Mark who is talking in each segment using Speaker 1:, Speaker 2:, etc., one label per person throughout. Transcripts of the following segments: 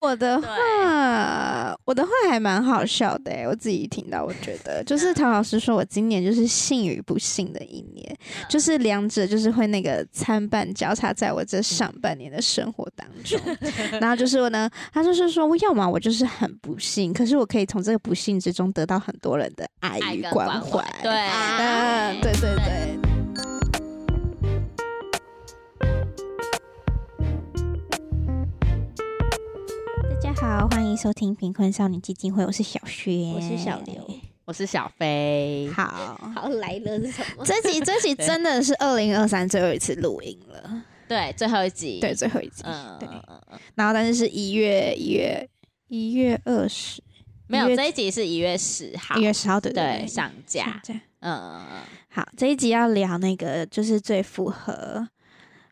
Speaker 1: 我的话，我的话还蛮好笑的、欸，我自己听到我觉得，就是陶老师说我今年就是幸与不幸的一年，
Speaker 2: 嗯
Speaker 1: 就是两者就是会那个参半交叉在我这上半年的生活当中， 然后就是我呢，他就是说，我要么我就是很不幸，可是我可以从这个不幸之中得到很多人的爱
Speaker 2: 爱
Speaker 1: 与
Speaker 2: 跟
Speaker 1: 关
Speaker 2: 关
Speaker 1: 怀
Speaker 2: 怀，对
Speaker 1: 啊对对对。大家好，欢迎收听贫困少女基金会，我是小薛，
Speaker 3: 我是小刘。
Speaker 2: 我是小飞，
Speaker 1: 好，
Speaker 3: 好来了是什么？
Speaker 1: 这集这集真的是二零二三最后一次录音了，
Speaker 2: 对，最后一集，
Speaker 1: 对，最后一集，
Speaker 2: 嗯，
Speaker 1: 对。
Speaker 2: 嗯嗯嗯
Speaker 1: 然后但是是一月一月一月二十，
Speaker 2: 没
Speaker 1: 一
Speaker 2: 有
Speaker 1: 月
Speaker 2: 这一集是一月十号
Speaker 1: 一，月十号对
Speaker 2: 对，
Speaker 1: 对
Speaker 2: 上架，
Speaker 1: 这样。
Speaker 2: 嗯嗯嗯，
Speaker 1: 好，这一集要聊那个就是最符合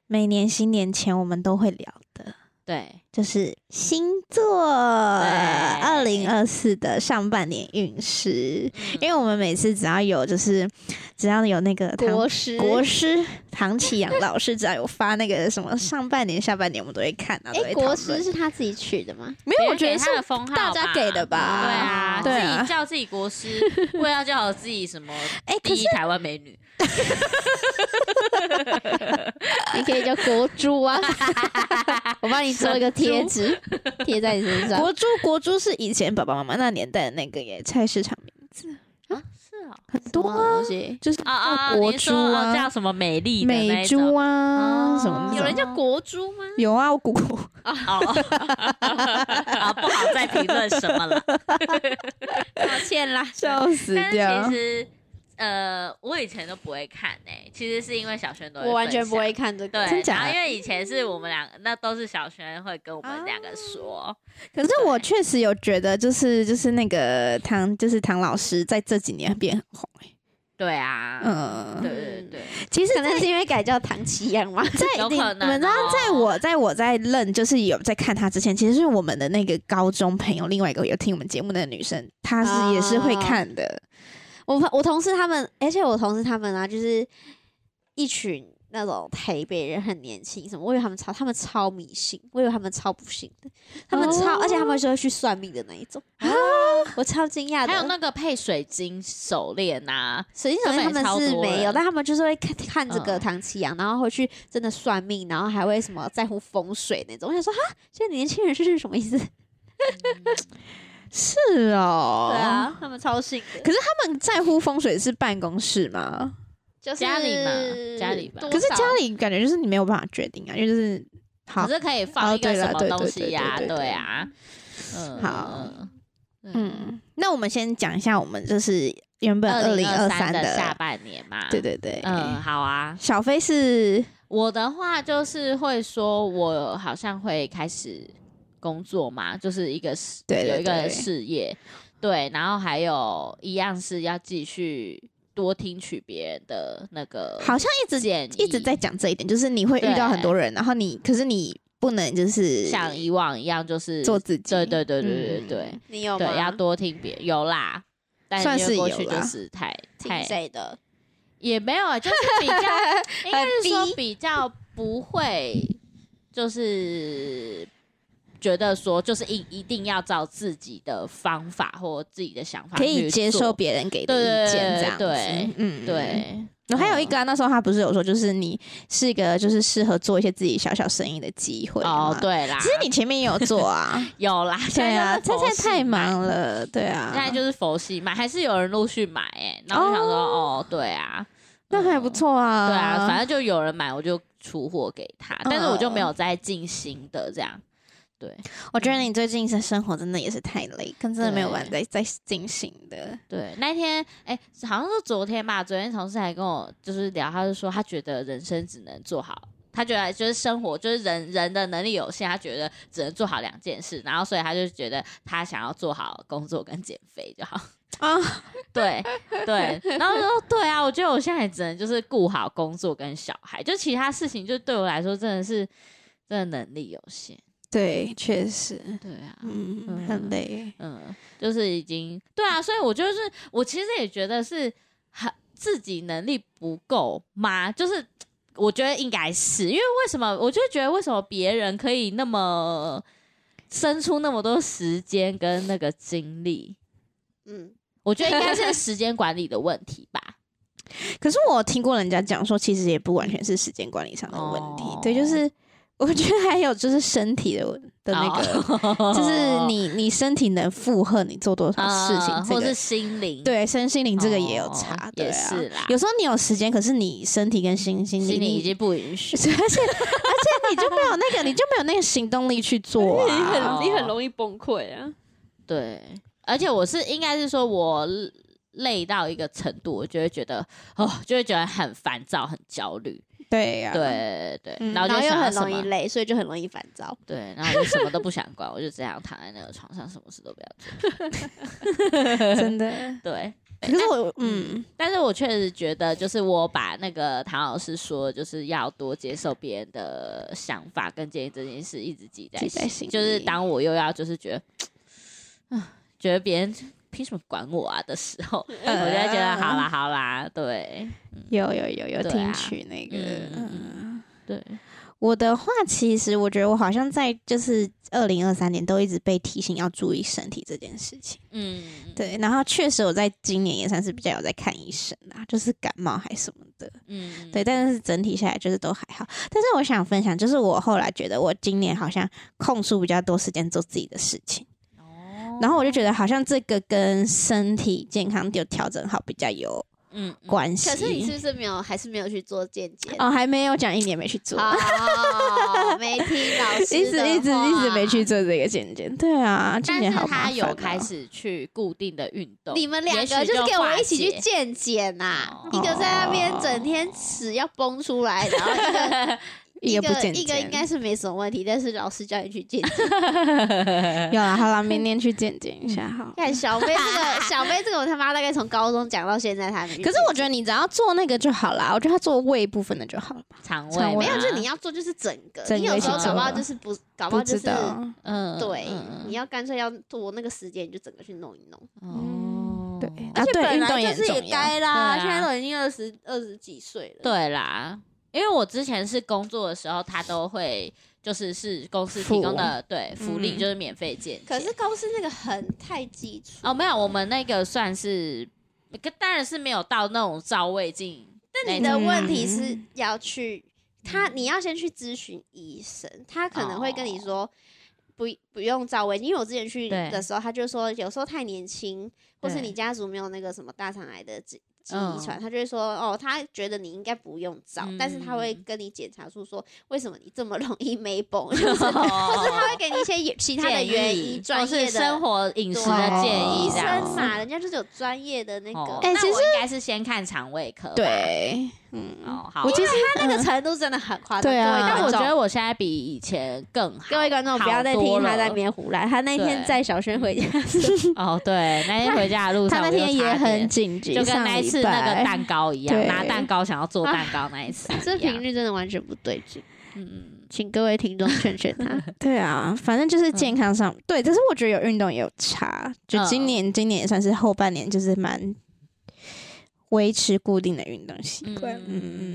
Speaker 1: 每年新年前我们都会聊的，
Speaker 2: 对，
Speaker 1: 就是星座二零二四的上半年运势。因为我们每次只要有就是只要有那个唐
Speaker 3: 国师，
Speaker 1: 国师唐启阳老师，只要有发那个什么上半年、下半年，我们都会看啊。都
Speaker 3: 哎，
Speaker 1: 会
Speaker 3: 国
Speaker 1: 讨论
Speaker 3: 师是他自己取的吗？
Speaker 1: 没有，我觉得是
Speaker 2: 他的封号
Speaker 1: 大家给的吧
Speaker 2: 对啊，
Speaker 1: 对啊
Speaker 2: 自己叫自己国 师，我也要叫好自己什么
Speaker 1: 哎、可
Speaker 2: 第
Speaker 1: 是
Speaker 2: 一台湾美女，
Speaker 3: 你可以叫国珠啊，我 帮你做一个贴纸， 贴在你身上。
Speaker 1: 国珠国珠是以前爸爸妈妈那年代的那个耶菜市场名字，
Speaker 2: 是哦，
Speaker 1: 很多
Speaker 3: 什么
Speaker 1: 啊
Speaker 3: 东，西，
Speaker 1: 就是
Speaker 2: 啊啊，
Speaker 1: 叫国
Speaker 2: 你
Speaker 1: 珠
Speaker 2: 说哦
Speaker 1: 啊
Speaker 2: 叫、什么美丽的那
Speaker 1: 美
Speaker 2: 一
Speaker 1: 珠
Speaker 2: 种
Speaker 1: 啊、
Speaker 2: 哦
Speaker 1: 什么那种
Speaker 2: 有人叫国珠 吗？
Speaker 1: 有啊，我姑 姑
Speaker 2: 哦，啊，不好再评论什么了，抱歉啦，
Speaker 1: 笑死
Speaker 2: 但
Speaker 1: 掉
Speaker 2: 是其。实，呃，我以前都不会看诶、其实是因为小轩都会
Speaker 3: 我完全
Speaker 2: 分
Speaker 3: 不
Speaker 2: 享
Speaker 3: 会。看这个。
Speaker 1: 真
Speaker 2: 对，
Speaker 1: 假的
Speaker 2: 然后因为以前是我们两个，那都是小轩会跟我们两个说，
Speaker 1: 可是我确实有觉得，就是就是那个唐，就是唐老师在这几年变很红、欸，
Speaker 2: 对啊，
Speaker 1: 嗯，
Speaker 2: 对对对，
Speaker 1: 其实
Speaker 3: 可能是因为改叫唐奇阳嘛，
Speaker 1: 在
Speaker 2: 有
Speaker 1: 你
Speaker 2: 可能
Speaker 1: 你们知道
Speaker 2: 哦，
Speaker 1: 在我在我在认就是有在看他之前，其实是我们的那个高中朋友，另外一个有听我们节目的女生，她是
Speaker 3: 哦
Speaker 1: 也是会
Speaker 2: 啊
Speaker 1: 看的。
Speaker 3: 我朋我同事他们，而且我同事他们啊，就是一群那种台北人，很年轻，什么？我以为他们超，他们超迷信，我以为他们超不信的，他们超，
Speaker 1: 哦
Speaker 3: 而且他们是会去算命的那一种啊！我超惊讶的。
Speaker 2: 还有那个配水晶手链啊，
Speaker 3: 水晶手链他
Speaker 2: 根
Speaker 3: 们
Speaker 2: 本
Speaker 3: 是
Speaker 2: 超多
Speaker 3: 没有，
Speaker 2: 人
Speaker 3: 但他们就是会看看这个
Speaker 2: 嗯
Speaker 3: 唐奇阳，然后会去真的算命，然后还会什么在乎风水那种。我想说，哈，现在年轻人是什么意 思？
Speaker 1: 是哦，
Speaker 3: 对，啊，他们超信的，
Speaker 1: 可他们在乎风水是办公室吗？
Speaker 3: 就是
Speaker 2: 家里嘛家里吧
Speaker 3: 多
Speaker 1: 可是
Speaker 3: 少
Speaker 1: 家里感觉就是你没有办法决定啊，因为就是好
Speaker 2: 啊可，是可以放
Speaker 1: 哦
Speaker 2: 一个
Speaker 1: 对啦
Speaker 2: 什么
Speaker 1: 对对
Speaker 2: 东西呀、
Speaker 1: 对对对
Speaker 2: 对啊，嗯，
Speaker 1: 好
Speaker 2: 嗯，嗯，
Speaker 1: 嗯，那我们先讲一下我们就是原本二零二
Speaker 2: 三
Speaker 1: 三
Speaker 2: 的下半年嘛，
Speaker 1: 对，对对，
Speaker 2: 嗯，好啊，
Speaker 1: 小飞是
Speaker 2: 我的话就是会说，我好像会开始工作嘛，就是一个事，
Speaker 1: 对对
Speaker 2: 有一个
Speaker 1: 对
Speaker 2: 事业，对，然后还有一样是要继续多听取别人的那个
Speaker 1: 好像一直
Speaker 2: 建议，
Speaker 1: 一直在讲这一点，就是你会遇到很多人，然后你可是你不能就是
Speaker 2: 像以往一样，就是
Speaker 1: 做自己，
Speaker 2: 对对对对对
Speaker 1: 嗯
Speaker 2: 对、
Speaker 3: 你有吗？
Speaker 2: 对，要多听别有啦，但
Speaker 1: 算
Speaker 2: 因为
Speaker 1: 是
Speaker 2: 过
Speaker 1: 有
Speaker 2: 去就
Speaker 1: 啦
Speaker 2: 是太
Speaker 3: 听
Speaker 2: 太
Speaker 3: 谁的？
Speaker 2: 也没有啊，就是比 较，应该是说
Speaker 3: 逼
Speaker 2: 比较不会，就是觉得说就是一一定要照自己的方法或自己的想法
Speaker 1: 可以
Speaker 2: 去
Speaker 1: 接受
Speaker 2: 做。
Speaker 1: 别人给的
Speaker 2: 对对
Speaker 1: 意见，这样子，
Speaker 2: 对对
Speaker 1: 嗯，
Speaker 2: 对，嗯
Speaker 1: 然后还有一个、啊，那时候他不是有说，就是你是一个就是适合做一些自己小小生意的机会
Speaker 2: 哦
Speaker 1: 吗，
Speaker 2: 对啦，
Speaker 1: 其实你前面也有做啊，
Speaker 2: 有啦，现
Speaker 1: 对
Speaker 2: 在
Speaker 1: 啊，
Speaker 2: 就
Speaker 1: 菜
Speaker 2: 是佛
Speaker 1: 菜
Speaker 2: 系
Speaker 1: 太
Speaker 2: 买，
Speaker 1: 忙了，对啊，
Speaker 2: 现在就是佛系买，还是有人陆续买哎、然后我想说哦对啊，
Speaker 1: 那还不错啊，
Speaker 2: 对啊，反正就有人买我就出货给他，但是我就没有再进新的这样，对
Speaker 1: 我觉得你最近的生活真的也是太累，跟真的没有办法再再进行的。
Speaker 2: 对，那一天，哎、好像是昨天吧，昨天同事还跟我就是聊，他就说他觉得人生只能做好，他觉得就是生活就是人人的能力有限，他觉得只能做好两件事，然后所以他就觉得他想要做好工作跟减肥就 好。
Speaker 1: 啊，
Speaker 2: 对对，然后说对啊，我觉得我现在也只能就是顾好工作跟小孩，就其他事情就对我来说真的是真的能力有限。
Speaker 1: 对，确实，
Speaker 2: 对啊，
Speaker 1: 嗯，
Speaker 2: 嗯
Speaker 1: 很累。
Speaker 2: 嗯，就是已经对啊，所以我就是我其实也觉得是很自己能力不够吗？就是我觉得应该是因为为什么，我就觉得为什么别人可以那么生出那么多时间跟那个精力，
Speaker 3: 嗯，
Speaker 2: 我觉得应该是时间管理的问题吧。
Speaker 1: 可是我听过人家讲说，其实也不完全是时间管理上的问题，
Speaker 2: 哦
Speaker 1: 对，就是 我觉得还有就是身体的问的那个，
Speaker 2: 个
Speaker 1: 就是你你身体能负荷你做多少事情，这
Speaker 2: 嗯啊或
Speaker 1: 个
Speaker 2: 是心灵，
Speaker 1: 对身心灵这个也有
Speaker 2: 哦
Speaker 1: 差，对
Speaker 2: 也
Speaker 1: 啊
Speaker 2: 是啦。
Speaker 1: 有时候你有时间，可是你身体跟心心
Speaker 2: 心
Speaker 1: 理
Speaker 2: 理已经不允许
Speaker 1: 而，且而且你就没有那个，你就没有那个行动力去做
Speaker 3: 你
Speaker 1: 啊。
Speaker 3: 很你很容易崩溃啊。
Speaker 2: 对，而且我是应该是说我累到一个程度，我就会觉得哦，就会觉得很烦躁、很焦虑。
Speaker 1: 对啊呀、
Speaker 2: 对对，
Speaker 1: 嗯
Speaker 2: 然后
Speaker 3: 然
Speaker 2: 就
Speaker 3: 后又
Speaker 2: 想要
Speaker 3: 很
Speaker 2: 什
Speaker 3: 容易
Speaker 2: 么？
Speaker 3: 累，所以就很容易烦躁。
Speaker 2: 对，然后我就什么都不想管，我就这样躺在那个床上，什么事都不要做。
Speaker 1: 真的。
Speaker 2: 对，
Speaker 1: 可是我，嗯，
Speaker 2: 但是我确实觉得，就是我把那个唐老师说，就是要多接受别人的想法跟建议这件事，一直记在
Speaker 1: 记在心
Speaker 2: 心。就是
Speaker 1: 里
Speaker 2: 当我又要就是觉得，啊，觉得别人凭什么管我啊的时 候，我就会觉得好啦好啦，对
Speaker 1: 有有有有
Speaker 2: 对
Speaker 1: 听
Speaker 2: 啊
Speaker 1: 取那个。
Speaker 2: 嗯嗯
Speaker 1: 嗯
Speaker 2: 对，
Speaker 1: 我的话，其实我觉得我好像在就是二零二三年都一直被提醒要注意身体这件事情。
Speaker 2: 嗯，
Speaker 1: 对，然后确实我在今年也算是比较有在看医生啦，就是感冒还什么的。
Speaker 2: 嗯
Speaker 1: 对，但是整体下来就是都还好。但是我想分享，就是我后来觉得我今年好像空出比较多时间做自己的事情，
Speaker 2: 哦
Speaker 1: 然后我就觉得好像这个跟身体健康有调整好比较有
Speaker 2: 嗯嗯
Speaker 1: 关系。
Speaker 3: 可是你是不是没有，还是没有去做健检？
Speaker 1: 哦，还没有讲一年没去做，
Speaker 3: 哦，没听老师
Speaker 1: 一直
Speaker 3: 的
Speaker 1: 一直
Speaker 3: 话
Speaker 1: 一直没去。做这个健检。对啊，今
Speaker 2: 但
Speaker 1: 年
Speaker 2: 是
Speaker 1: 好麻
Speaker 2: 他
Speaker 1: 烦
Speaker 2: 有
Speaker 1: 哦
Speaker 2: 开始去固定的运动，
Speaker 3: 你们两
Speaker 2: 也
Speaker 3: 个
Speaker 2: 许
Speaker 3: 就
Speaker 2: 就是
Speaker 3: 给
Speaker 2: 化
Speaker 3: 我一起去
Speaker 2: 解
Speaker 3: 健检啊
Speaker 2: 哦，
Speaker 3: 呐一个在那边整天屎要崩出来，然后一个
Speaker 1: 一个不健
Speaker 3: 一个
Speaker 1: 检
Speaker 3: 应该是没什么问题，但是老师叫你去健检。
Speaker 1: 有啦， 好啦，明年去健检一下好。
Speaker 3: 看小飞这个小飞这个，我他妈大概从高中讲到现在，他没去
Speaker 1: 可是我觉得你只要做那个就好啦，我觉得他做胃部分的就好了吧，
Speaker 2: 肠
Speaker 1: 肠
Speaker 2: 胃
Speaker 1: 胃
Speaker 3: 没有，
Speaker 1: 啊
Speaker 3: 就是你要做就是整个，
Speaker 1: 整
Speaker 3: 你
Speaker 1: 个
Speaker 3: 有
Speaker 1: 一
Speaker 3: 时
Speaker 1: 起
Speaker 3: 候搞
Speaker 1: 做
Speaker 3: 不好
Speaker 1: 吧
Speaker 3: 就是不搞不
Speaker 1: 不
Speaker 3: 好就
Speaker 1: 知
Speaker 3: 是
Speaker 1: 道。
Speaker 2: 嗯
Speaker 3: 对
Speaker 2: 嗯，
Speaker 3: 你要干脆要多那个时间，你就整个去弄一弄。
Speaker 1: 嗯
Speaker 2: 哦，
Speaker 1: 对啊，对，运动也很重要。
Speaker 2: 啦对啊现在
Speaker 3: 都已经二十二十几岁了，
Speaker 2: 对啦，因为我之前是工作的时候，他都会就是是公司提供的对福利，
Speaker 1: 嗯
Speaker 2: 就是免费健检。
Speaker 3: 哦可是公司那个很太基础
Speaker 2: 哦，没有，我们那个算是，跟当然是没有到那种照胃镜
Speaker 3: 那
Speaker 2: 那
Speaker 3: 你
Speaker 2: 种。
Speaker 3: 的
Speaker 1: 嗯
Speaker 3: 问题是要去他，你要先去咨询医生，他可能会跟你说。不不用照胃镜，因为我之前去
Speaker 2: 哦对
Speaker 3: 的时候，他就说有时候太年轻，或是
Speaker 2: 对
Speaker 3: 你家族没有那个什么大肠癌的基基
Speaker 2: 嗯
Speaker 3: 遗传，他就会说哦，他觉得你应该不用照，但是他会
Speaker 2: 嗯
Speaker 3: 跟你检查出说为什么你这么容易没崩， 就是
Speaker 2: 或
Speaker 3: 他会给你一些也其他的原因、专业
Speaker 2: 哦是
Speaker 3: 的
Speaker 2: 生活饮食的
Speaker 3: 对
Speaker 2: 建议
Speaker 3: 医
Speaker 2: 这
Speaker 3: 生
Speaker 2: 样子。
Speaker 3: 嘛，人家就是有专业的那
Speaker 2: 哦
Speaker 3: 个。
Speaker 1: 哎
Speaker 2: 那
Speaker 1: 其
Speaker 2: 我
Speaker 1: 实
Speaker 2: 应该是先看肠胃科吧。
Speaker 1: 对，嗯，
Speaker 2: 哦，好。
Speaker 1: 我其实
Speaker 3: 他那个程度真的很夸张，
Speaker 1: 对啊
Speaker 3: 各位观
Speaker 2: 但我
Speaker 3: 众
Speaker 2: 觉得我现在比以前更好。
Speaker 3: 各位观众不要再听他在那边胡来，他那天
Speaker 2: 对
Speaker 3: 在小轩回家，
Speaker 2: 哦，对，那天回家的路
Speaker 1: 他那
Speaker 2: 上，
Speaker 1: 天也很，紧急，
Speaker 2: 就跟
Speaker 1: 上
Speaker 2: 那一
Speaker 1: 礼
Speaker 2: 次那
Speaker 1: 拜
Speaker 2: 个蛋糕一样，
Speaker 1: 对
Speaker 2: 拿蛋糕想要做蛋糕那一次一样，
Speaker 3: 这频率真的完全不对劲，
Speaker 2: 嗯，
Speaker 3: 请各位听众劝劝 他。
Speaker 1: 对啊，反正就是健康上、对，但是我觉得有运动也有差。
Speaker 2: 嗯
Speaker 1: 就今年，今年也算是后半年，就是蛮维持固定的运动习惯。
Speaker 2: 嗯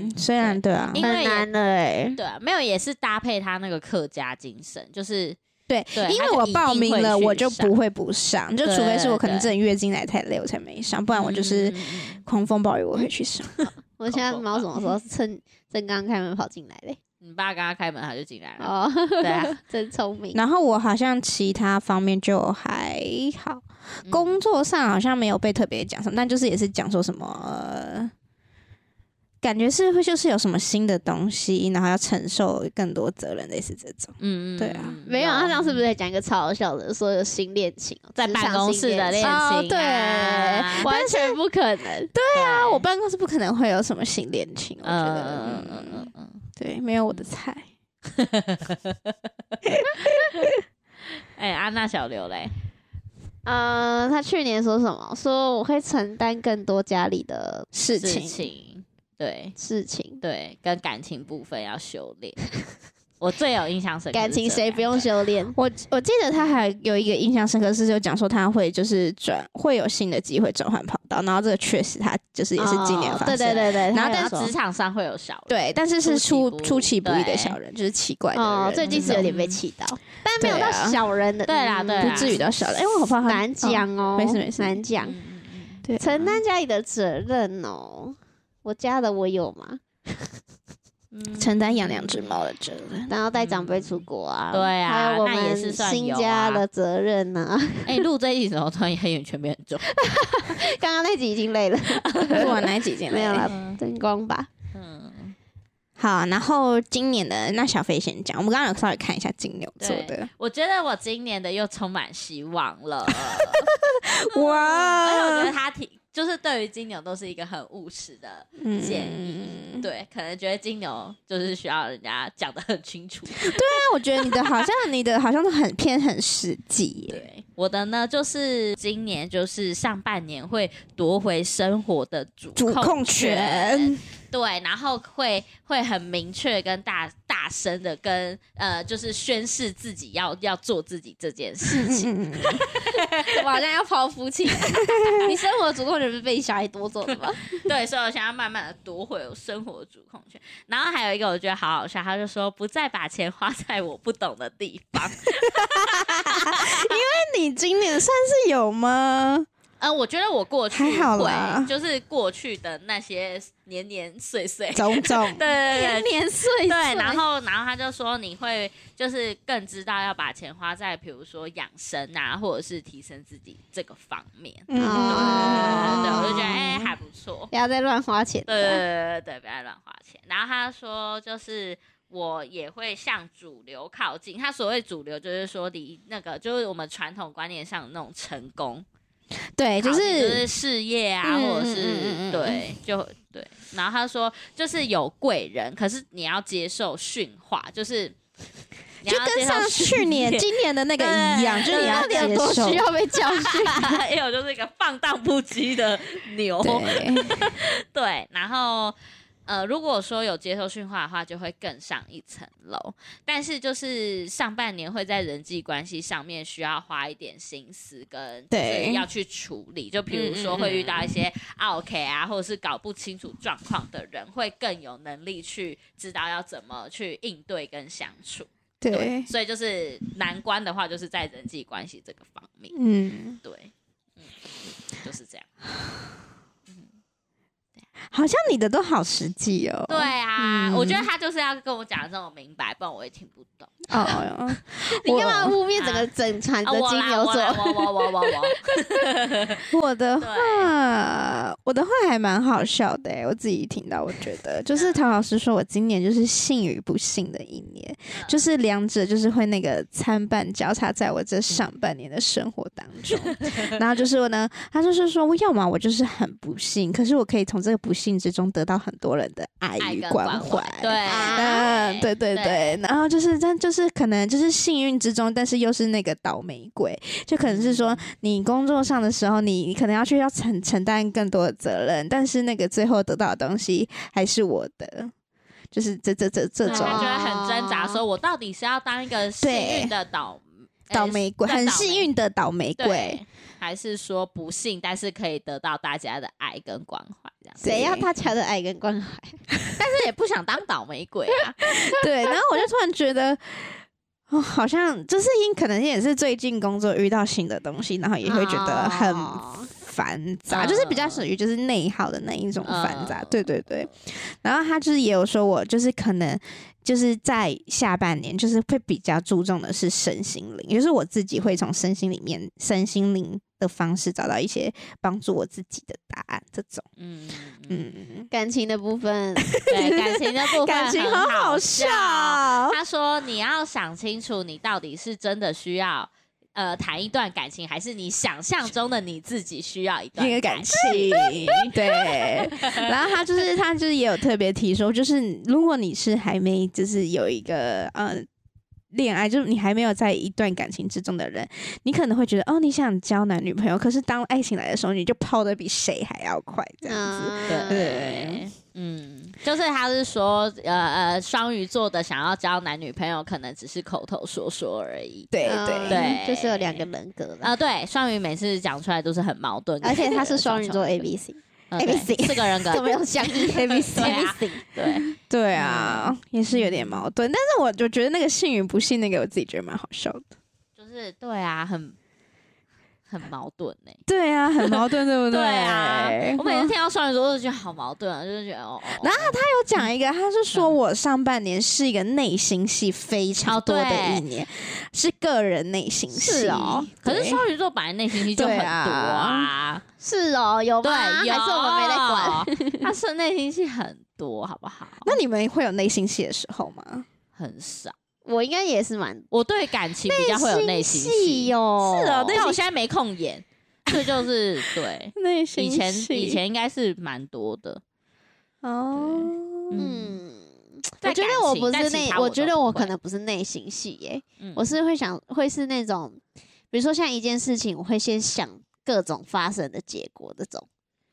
Speaker 1: 嗯，虽然对啊，
Speaker 2: 因为
Speaker 3: 很难的哎，
Speaker 2: 对啊，没有也是搭配他那个客家精神，就是
Speaker 1: 对，
Speaker 2: 对
Speaker 1: 因为
Speaker 2: 他就
Speaker 1: 我
Speaker 2: 一定
Speaker 1: 报名
Speaker 2: 会
Speaker 1: 了，
Speaker 2: 去
Speaker 1: 我就
Speaker 2: 上
Speaker 1: 不会不上，就
Speaker 2: 对
Speaker 1: 除非是我可能
Speaker 2: 对
Speaker 1: 真的月经来太累，我才没上，不然我就是
Speaker 2: 嗯嗯
Speaker 1: 狂风暴雨我会去上。
Speaker 3: 我现在猫什么时候趁正刚开门跑进来 嘞？
Speaker 2: 嗯你爸刚刚开门他就进来了，
Speaker 3: 哦，
Speaker 2: 对啊，
Speaker 3: 真聪明。
Speaker 1: 然后我好像其他方面就还好，
Speaker 2: 嗯
Speaker 1: 工作上好像没有被特别讲什么，但就是也是讲说什么、呃，感觉是会就是有什么新的东西，然后要承受更多责任，类似这种。
Speaker 2: 嗯，嗯
Speaker 1: 对啊，
Speaker 2: 嗯
Speaker 3: 没有，他上次不
Speaker 2: 有
Speaker 3: 是在讲一个超好笑的，说有新恋情哦，
Speaker 2: 在办公室的
Speaker 3: 职
Speaker 2: 恋
Speaker 3: 场
Speaker 2: 情啊、
Speaker 3: 新情哦对，完全不可能。
Speaker 2: 对啊
Speaker 1: 那我办公室不可能会有什么新恋情，我觉得，
Speaker 2: 嗯嗯嗯嗯，
Speaker 1: 对，没有我的菜。
Speaker 2: 哎，安娜小刘嘞，
Speaker 3: 嗯，他去年说什么？说我会承担更多家里的
Speaker 1: 事
Speaker 2: 事
Speaker 1: 情
Speaker 2: 情，对
Speaker 3: 事情。
Speaker 2: 对，跟感情部分要修炼，我最有印象深刻是这两
Speaker 3: 感
Speaker 2: 个。
Speaker 3: 情谁不用修炼？
Speaker 1: 我我记得他还有一个印象深刻是，就讲说他会就是转会有新的机会转换跑道，然后这个确实他就是也是今年
Speaker 3: 哦
Speaker 1: 发
Speaker 3: 对
Speaker 1: 生的，
Speaker 3: 对对对，
Speaker 1: 然后
Speaker 3: 他有
Speaker 1: 但
Speaker 3: 说
Speaker 1: 是
Speaker 2: 职场上会有小人
Speaker 1: 对，但是是
Speaker 2: 出
Speaker 1: 出
Speaker 2: 其
Speaker 1: 出
Speaker 2: 不
Speaker 1: 其不意
Speaker 2: 对
Speaker 1: 的小人，就是奇怪的人
Speaker 3: 哦，最近是
Speaker 1: 这种
Speaker 3: 有点被气到，但没有到
Speaker 1: 对啊
Speaker 3: 小人的，
Speaker 2: 对啦
Speaker 3: 嗯
Speaker 2: 对啦
Speaker 1: 不至于到小人，因为我好怕他嗯
Speaker 3: 难讲哦，
Speaker 1: 没事没事
Speaker 3: 难讲，
Speaker 2: 嗯嗯嗯
Speaker 1: 对啊
Speaker 3: 承担家里的责任哦。我家的我有嘛，
Speaker 2: 嗯
Speaker 1: 承担养两只猫的责任。
Speaker 3: 然后带长辈出国啊，
Speaker 2: 对啊
Speaker 3: 还有我
Speaker 2: 那也
Speaker 3: 们
Speaker 2: 是算
Speaker 3: 新
Speaker 2: 有
Speaker 3: 家
Speaker 2: 啊
Speaker 3: 的责任啊呢。
Speaker 2: 哎，录这一集的时候突然黑眼圈变很重，
Speaker 3: 刚刚那集已经 累了，
Speaker 1: 不管哪 几件
Speaker 3: 没有
Speaker 1: 了。
Speaker 3: 啦，
Speaker 2: 嗯
Speaker 3: 灯光吧。
Speaker 2: 嗯，
Speaker 1: 好，然后今年的那小飞先讲，我们刚刚有稍微看一下金牛座 的，
Speaker 2: 我觉得我今年的又充满希望 了。而且我觉得
Speaker 1: 哇，
Speaker 2: 他挺，就是对于金牛都是一个很务实的，
Speaker 1: 嗯
Speaker 2: 建议对，可能觉得金牛就是需要人家讲的很清楚。
Speaker 1: 但我觉得你的好像你的好像都很偏很实际耶，
Speaker 2: 对，我的呢就是今年就是上半年会夺回生活的主
Speaker 1: 主控
Speaker 2: 权，
Speaker 1: 权，
Speaker 2: 对，然后会会很明确跟大大声的跟呃，就是宣誓自己要要做自己这件事情。
Speaker 1: 嗯，嗯
Speaker 3: 我好像要抛夫 妻，你生活主控权不是被小孩夺走的吗？
Speaker 2: 对，所以我想要慢慢的夺回我生活的主控权。然后还有一个我觉得好好笑，他就说不再把钱花在我不懂的地方。
Speaker 1: 那 你今年算是有吗？
Speaker 2: 呃，我觉得我过去
Speaker 1: 还好
Speaker 2: 会
Speaker 1: 啦
Speaker 2: 就是过去的那些年年岁岁，对
Speaker 1: 种种，
Speaker 2: 对 对
Speaker 3: 年
Speaker 2: 对。
Speaker 3: 年岁岁，
Speaker 2: 对，然后然后他就说你会就是更知道要把钱花在比如说养生啊，或者是提升自己这个方面。
Speaker 1: 嗯
Speaker 2: 对，
Speaker 3: 哦
Speaker 2: 对，我就觉得哎、还不错。
Speaker 3: 不要再乱花钱了。
Speaker 2: 对对对对对，不要乱花钱。然后他说，就是我也会向主流靠近。他所谓主流，就是说离那个，就是我们传统观念上的那种成功，
Speaker 1: 对，就
Speaker 2: 靠近啊就是
Speaker 1: 是
Speaker 2: 事业啊，
Speaker 1: 嗯
Speaker 2: 或
Speaker 1: 嗯
Speaker 2: 者是、
Speaker 1: 嗯嗯嗯
Speaker 2: 对，就对。然后他说，就是有贵人，可是你要接受驯化，就是你
Speaker 1: 就
Speaker 2: 要接
Speaker 1: 跟
Speaker 2: 受
Speaker 1: 上
Speaker 2: 训
Speaker 1: 去年、
Speaker 2: 练
Speaker 1: 今年的那个一样，就是你
Speaker 2: 对啊
Speaker 1: 要
Speaker 3: 到底有
Speaker 1: 接
Speaker 3: 多
Speaker 1: 受
Speaker 3: 需。要被教训？
Speaker 2: 因为我就是一个放荡不羁的牛。
Speaker 1: 对，
Speaker 2: 对，然后呃，如果说有接受驯化的话，就会更上一层楼。但是就是上半年会在人际关系上面需要花一点心思跟就是
Speaker 1: 对
Speaker 2: 要去处理，就比
Speaker 1: 嗯
Speaker 2: 如
Speaker 1: 嗯
Speaker 2: 说
Speaker 1: 嗯
Speaker 2: 会遇到一些 OK 啊，或者是搞不清楚状况的人，会更有能力去知道要怎么去应对跟相处。
Speaker 1: 对，
Speaker 2: 所以就是难关的话，就是在人际关系这个方面，
Speaker 1: 嗯，
Speaker 2: 对，嗯，就是这样。
Speaker 1: 好像你的都好实际哦。
Speaker 2: 对啊，
Speaker 1: 嗯
Speaker 2: 我觉得他就是要跟我讲这种明白，不然我也听不懂。
Speaker 1: 哦，
Speaker 3: 你干嘛污蔑整个整船
Speaker 2: 啊，
Speaker 3: 的
Speaker 2: 我
Speaker 3: 金
Speaker 2: 啦，
Speaker 3: 牛
Speaker 2: 我啦
Speaker 3: 座？
Speaker 2: 我我我我我，
Speaker 1: 我的话，我的话还蛮好笑的、欸，我自己听到，我觉得就是唐老师说我今年就是幸与不幸的一年，
Speaker 2: 嗯
Speaker 1: 就是两者就是会那个参半交叉在我这上半年的生活当 中。然后就是我呢，他就是说，要么我就是很不幸，可是我可以从这个不幸之中得到很多人的爱
Speaker 2: 爱
Speaker 1: 与
Speaker 2: 跟
Speaker 1: 关
Speaker 2: 怀
Speaker 1: 怀。，
Speaker 2: 对，
Speaker 1: 嗯，对对对，然后就是，但就是可能就是幸运之中，但是又是那个倒霉鬼，就可能是
Speaker 2: 嗯
Speaker 1: 说你工作上的时候，你可能要去要承承担更多的责任，但是那个最后得到的东西还是我的，就是这这这这
Speaker 2: 对
Speaker 1: 种
Speaker 2: 他就会很挣扎，说我到底是要当一个幸运的倒呃
Speaker 1: 倒霉鬼，
Speaker 2: 的
Speaker 1: 很
Speaker 2: 倒霉
Speaker 1: 幸运的倒霉鬼
Speaker 2: 对，，还是说不幸，但是可以得到大家的爱跟关怀这样子。
Speaker 3: 谁要大家的爱跟关怀？
Speaker 2: 但是也不想当倒霉鬼啊，
Speaker 1: 对，然后我就突然觉得。哦，好像就是因可能也是最近工作遇到新的东西，然后也会觉得很
Speaker 3: 哦
Speaker 1: 繁杂，
Speaker 2: 嗯
Speaker 1: 就是比较属于就是内耗的那一种繁杂，
Speaker 2: 嗯
Speaker 1: 对对对。然后他就是也有说我就是可能就是在下半年就是会比较注重的是身心灵，也就是我自己会从身心里面身心灵的方式找到一些帮助我自己的答案，这种
Speaker 2: 嗯嗯，
Speaker 1: 嗯，
Speaker 3: 感情的部 分，
Speaker 2: 对，感情的部分
Speaker 1: 感情
Speaker 2: 很
Speaker 1: 好
Speaker 2: 好
Speaker 1: 好笑。
Speaker 2: 他说：“你要想清楚，你到底是真的需要呃谈一段感情，还是你想象中的你自己需要一段
Speaker 1: 那个感
Speaker 2: 情？
Speaker 1: 情，对。然后他就是他就是也有特别提说，就是如果你是还没就是有一个呃恋爱，就是你还没有在一段感情之中的人，你可能会觉得哦，你想交男女朋友，可是当爱情来的时候，你就抛的比谁还要快，这样子。
Speaker 3: 嗯
Speaker 2: 对，嗯，就是他是说，呃呃，双鱼座的想要交男女朋友，可能只是口头说说而已。
Speaker 1: 对
Speaker 3: 嗯
Speaker 1: 对
Speaker 2: 对
Speaker 3: 就是有两个人格了。
Speaker 2: 啊，对，双鱼每次讲出来都是很矛盾的，
Speaker 3: 而且他是双鱼座 A B C，
Speaker 2: 呃对
Speaker 3: ABC
Speaker 2: 四个人格
Speaker 3: 怎么有 相应 A B C
Speaker 2: 对啊
Speaker 3: C？
Speaker 2: 对，
Speaker 1: 对啊，也是有点矛盾。但是我就觉得那个信与不信那个，我自己觉得蛮好 笑的。
Speaker 2: 就是对啊，很很矛盾呢、
Speaker 1: 对啊，很矛盾，对不
Speaker 2: 对啊
Speaker 1: 对，
Speaker 2: 我每次听到双鱼座，我就觉得好矛盾啊， 就是觉得哦，哦
Speaker 1: 然后他有讲一个，他是说我上半年是一个内心戏非常多的一年，是个人内心戏
Speaker 2: 是哦，可是
Speaker 1: 对
Speaker 2: 双鱼座本来内心戏就很多啊，
Speaker 3: 是哦，有
Speaker 2: 对，
Speaker 3: 吗？还是
Speaker 2: 有
Speaker 3: 我们没在管？
Speaker 2: 管，他是内心戏很多，好不好？
Speaker 1: 那你们会有内心戏的时候吗？
Speaker 2: 很少，
Speaker 3: 我应该也是蛮
Speaker 2: 我对感情比较会有内心戏，
Speaker 3: 哦，
Speaker 1: 是哦内心
Speaker 2: 但我现在没空演，所以就是对。
Speaker 1: 内心
Speaker 2: 以前以前应该是蛮多的，
Speaker 1: 哦，
Speaker 2: 嗯，
Speaker 3: 嗯，
Speaker 2: 在
Speaker 3: 我觉
Speaker 2: 感
Speaker 3: 得我
Speaker 2: 情
Speaker 3: 不
Speaker 2: 但
Speaker 3: 是
Speaker 2: 其
Speaker 3: 内
Speaker 2: 他，我
Speaker 3: 我
Speaker 2: 都
Speaker 3: 觉得
Speaker 2: 不
Speaker 3: 我
Speaker 2: 会
Speaker 3: 可能不是内心戏耶，
Speaker 2: 嗯
Speaker 3: 我是会想会是那种，比如说像一件事情，我会先想各种发生的结果这种，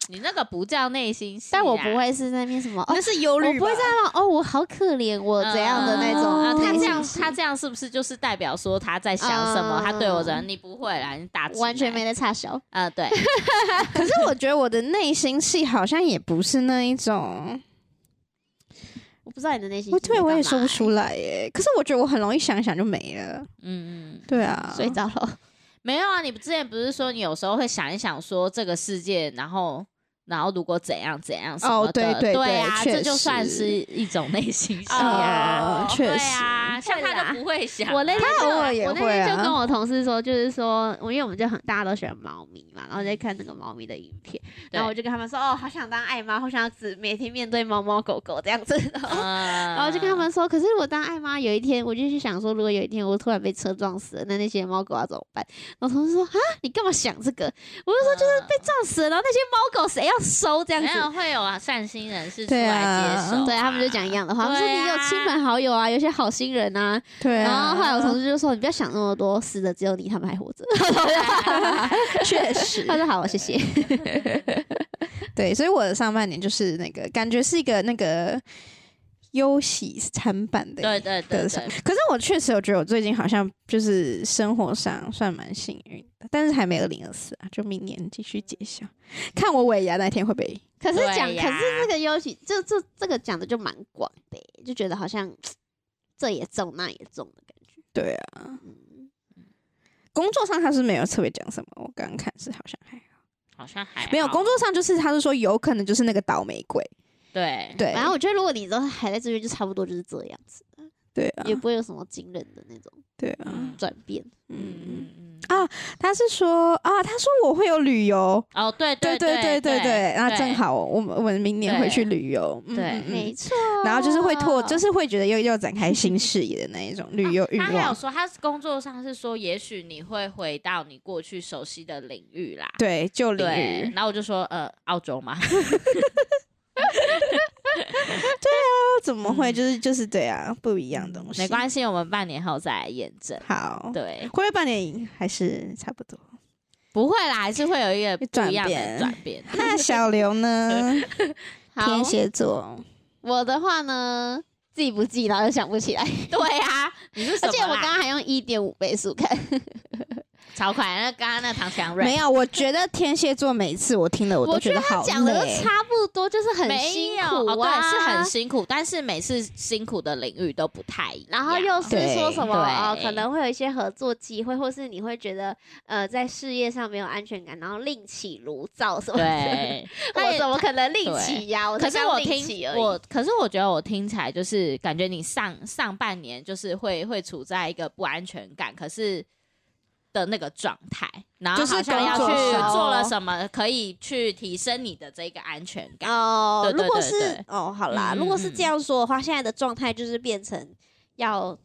Speaker 2: 你那个不叫内心戏啊，
Speaker 3: 但我不会是那边什么哦，
Speaker 1: 那是忧
Speaker 3: 我
Speaker 1: 虑
Speaker 3: 不
Speaker 1: 吧，
Speaker 3: 会这样哦，我好可怜，我
Speaker 2: 嗯
Speaker 3: 怎样的那种
Speaker 1: 嗯
Speaker 2: 啊，
Speaker 1: 嗯嗯
Speaker 2: 他
Speaker 3: 内
Speaker 2: 这
Speaker 3: 心
Speaker 2: 样
Speaker 3: 戏
Speaker 2: 他这样是不是就是代表说他在想什么？
Speaker 3: 嗯
Speaker 2: 他对我怎样？你不会啦，你打直
Speaker 3: 完全
Speaker 2: 男
Speaker 3: 没在插手，
Speaker 2: 啊，对，
Speaker 1: 可是我觉得我的内心戏好像也不是那一种，
Speaker 3: 我不知道你的内心
Speaker 1: 我
Speaker 3: 戏
Speaker 1: 对
Speaker 3: 在
Speaker 1: 我也
Speaker 3: 干
Speaker 1: 说
Speaker 3: 嘛
Speaker 1: 不出来耶。可是我觉得我很容易想一想就没了。
Speaker 2: 嗯嗯，
Speaker 1: 对啊，
Speaker 3: 睡 着了，
Speaker 2: 没有啊，你之前不是说你有时候会想一想说这个世界，然后然后如果怎样怎样什么
Speaker 3: 哦
Speaker 2: 的，
Speaker 1: 对对对
Speaker 2: 啊，
Speaker 1: 确
Speaker 2: 这就算
Speaker 1: 实
Speaker 2: 是一种内心戏
Speaker 1: 哦
Speaker 2: 啊，
Speaker 1: 确
Speaker 2: 对啊，
Speaker 3: 实
Speaker 2: 像
Speaker 3: 会
Speaker 2: 他
Speaker 3: 啦
Speaker 2: 就不会想，啊
Speaker 3: 我那天
Speaker 1: 他
Speaker 3: 就
Speaker 1: 偶尔也
Speaker 3: 哦我那
Speaker 1: 会
Speaker 3: 天就
Speaker 1: 啊
Speaker 3: 跟我同事说，就是说，我因为我们就很大家都喜欢猫咪嘛，然后在看那个猫咪的影片，然后我就跟他们说，哦，好想当爱猫，好想只每天面对猫猫狗狗这样子，然后。
Speaker 2: 嗯
Speaker 3: 哦然后就跟他们说，可是我当爱妈有一天，我就去想说，如果有一天我突然被车撞死了，那那些猫狗要怎么办？然后同事说啊，你干嘛想这个？我就说
Speaker 2: 就是被
Speaker 3: 撞死了，然后那些猫狗谁要收这
Speaker 2: 嗯
Speaker 3: 样
Speaker 2: 没
Speaker 3: 子
Speaker 2: 有？会有啊，善心人士出
Speaker 1: 对
Speaker 2: 来
Speaker 1: 啊
Speaker 2: 接手、
Speaker 3: 对他们就讲一。样的话，他们说
Speaker 2: 哦对
Speaker 3: 你有
Speaker 2: 啊
Speaker 3: 亲朋好友啊，有些好心人啊，
Speaker 1: 对
Speaker 3: 然
Speaker 1: 啊，
Speaker 3: 后后来我 同事就说：“你不要想那么多，死的只有你，他们还活着。
Speaker 1: 确实
Speaker 3: 他说：“好，谢谢。
Speaker 1: 对，所以我的上半年就是那个感觉是一个那个忧喜参半的一
Speaker 2: 对对对
Speaker 1: 个什
Speaker 2: 对
Speaker 1: 么，可是我确实我觉得我最近好像就是生活上算蛮幸运的，但是还没有零二四啊，就明年继续揭晓，看我尾牙那天会不会”
Speaker 3: 可是
Speaker 2: 对
Speaker 3: 讲，可
Speaker 2: 呀
Speaker 3: 是这个忧喜，这这这个讲的就蛮广的耶，就觉得好像这也中那也中的感觉。
Speaker 1: 对啊。工作上他是没有特别讲什么，我刚刚看是好像还好
Speaker 2: 好像还
Speaker 1: 没有。
Speaker 2: 好
Speaker 1: 工作上就是他是说有可能就是那个倒玫瑰，
Speaker 2: 对
Speaker 1: 对，
Speaker 3: 反正我觉得，如果你都还在这边，就差不多就是这样子，
Speaker 1: 对啊
Speaker 3: 也，不会有什么惊人的那种
Speaker 1: 对啊，
Speaker 2: 嗯
Speaker 3: 转变。
Speaker 1: 嗯，
Speaker 2: 嗯嗯嗯
Speaker 1: 他是说啊，他说我会有旅游，
Speaker 2: 哦对
Speaker 1: 对
Speaker 2: 对
Speaker 1: 对对对对，那正
Speaker 2: 啊
Speaker 1: 好我们我们明年会去旅游，嗯
Speaker 2: 对
Speaker 1: 嗯嗯
Speaker 3: 没错，
Speaker 1: 然后就是会拓，就是会觉得又又展开新视野的那一种旅游欲
Speaker 2: 他还有
Speaker 1: 望。
Speaker 2: 说，他工作上是说，也许你会回到你过去熟悉的领域啦。
Speaker 1: 对，就领
Speaker 2: 对，
Speaker 1: 域，
Speaker 2: 然后我就说，呃，澳洲嘛，
Speaker 1: 那怎么会
Speaker 2: 嗯
Speaker 1: 就是就是对啊，不一样的东西。
Speaker 2: 没关系，我们半年后再来验证。
Speaker 1: 好，
Speaker 2: 对，
Speaker 1: 会不会半年赢还是差不多？
Speaker 2: 不会啦，还是会有一个不一
Speaker 1: 转
Speaker 2: 样的
Speaker 1: 变
Speaker 2: 转变。
Speaker 1: 那小刘呢？
Speaker 3: 好，
Speaker 1: 天蝎座，
Speaker 3: 我的话呢，记不记，然后又想不起来，
Speaker 2: 对啊，你是什
Speaker 3: 而
Speaker 2: 么
Speaker 3: 且
Speaker 2: 啦？
Speaker 3: 我刚刚还用一点五倍速看。
Speaker 2: 超快，那刚刚那唐强瑞
Speaker 1: 没有，我觉得天蝎座每一次我听了我都
Speaker 3: 我觉
Speaker 1: 觉
Speaker 3: 得
Speaker 1: 好
Speaker 3: 讲的
Speaker 1: 累
Speaker 3: 都。差不多，就是很辛
Speaker 2: 没有
Speaker 3: 苦、啊
Speaker 2: 哦，对，是很辛苦，但是每次辛苦的领域都不太一样。
Speaker 3: 然后又是
Speaker 1: 对
Speaker 3: 说什么
Speaker 2: 对
Speaker 3: 哦，可能会有一些合作机会，或是你会觉得呃在事业上没有安全感，然后另起炉灶什么的。，
Speaker 2: 对他
Speaker 3: 我
Speaker 2: 也
Speaker 3: 怎么可能另起呀、
Speaker 1: 哦
Speaker 3: 我才
Speaker 2: 可是
Speaker 3: 刚
Speaker 2: 我
Speaker 3: 另起
Speaker 2: 听
Speaker 3: 而已
Speaker 2: 我，可是我觉得我听起来就是感觉你上上半年就是会会处在一个不安全感，可是的那个状态，然后
Speaker 1: 就是
Speaker 2: 好像要
Speaker 1: 工作
Speaker 2: 去
Speaker 1: 上
Speaker 2: 做了什么可以去提升你的这个安全感。
Speaker 3: 哦
Speaker 2: 对对
Speaker 3: 如果
Speaker 2: 对
Speaker 3: 是
Speaker 2: 对
Speaker 3: 哦，好啦，
Speaker 2: 嗯
Speaker 3: 如果
Speaker 2: 嗯
Speaker 3: 是
Speaker 2: 嗯
Speaker 3: 这样说的话，现在的状态就是变成要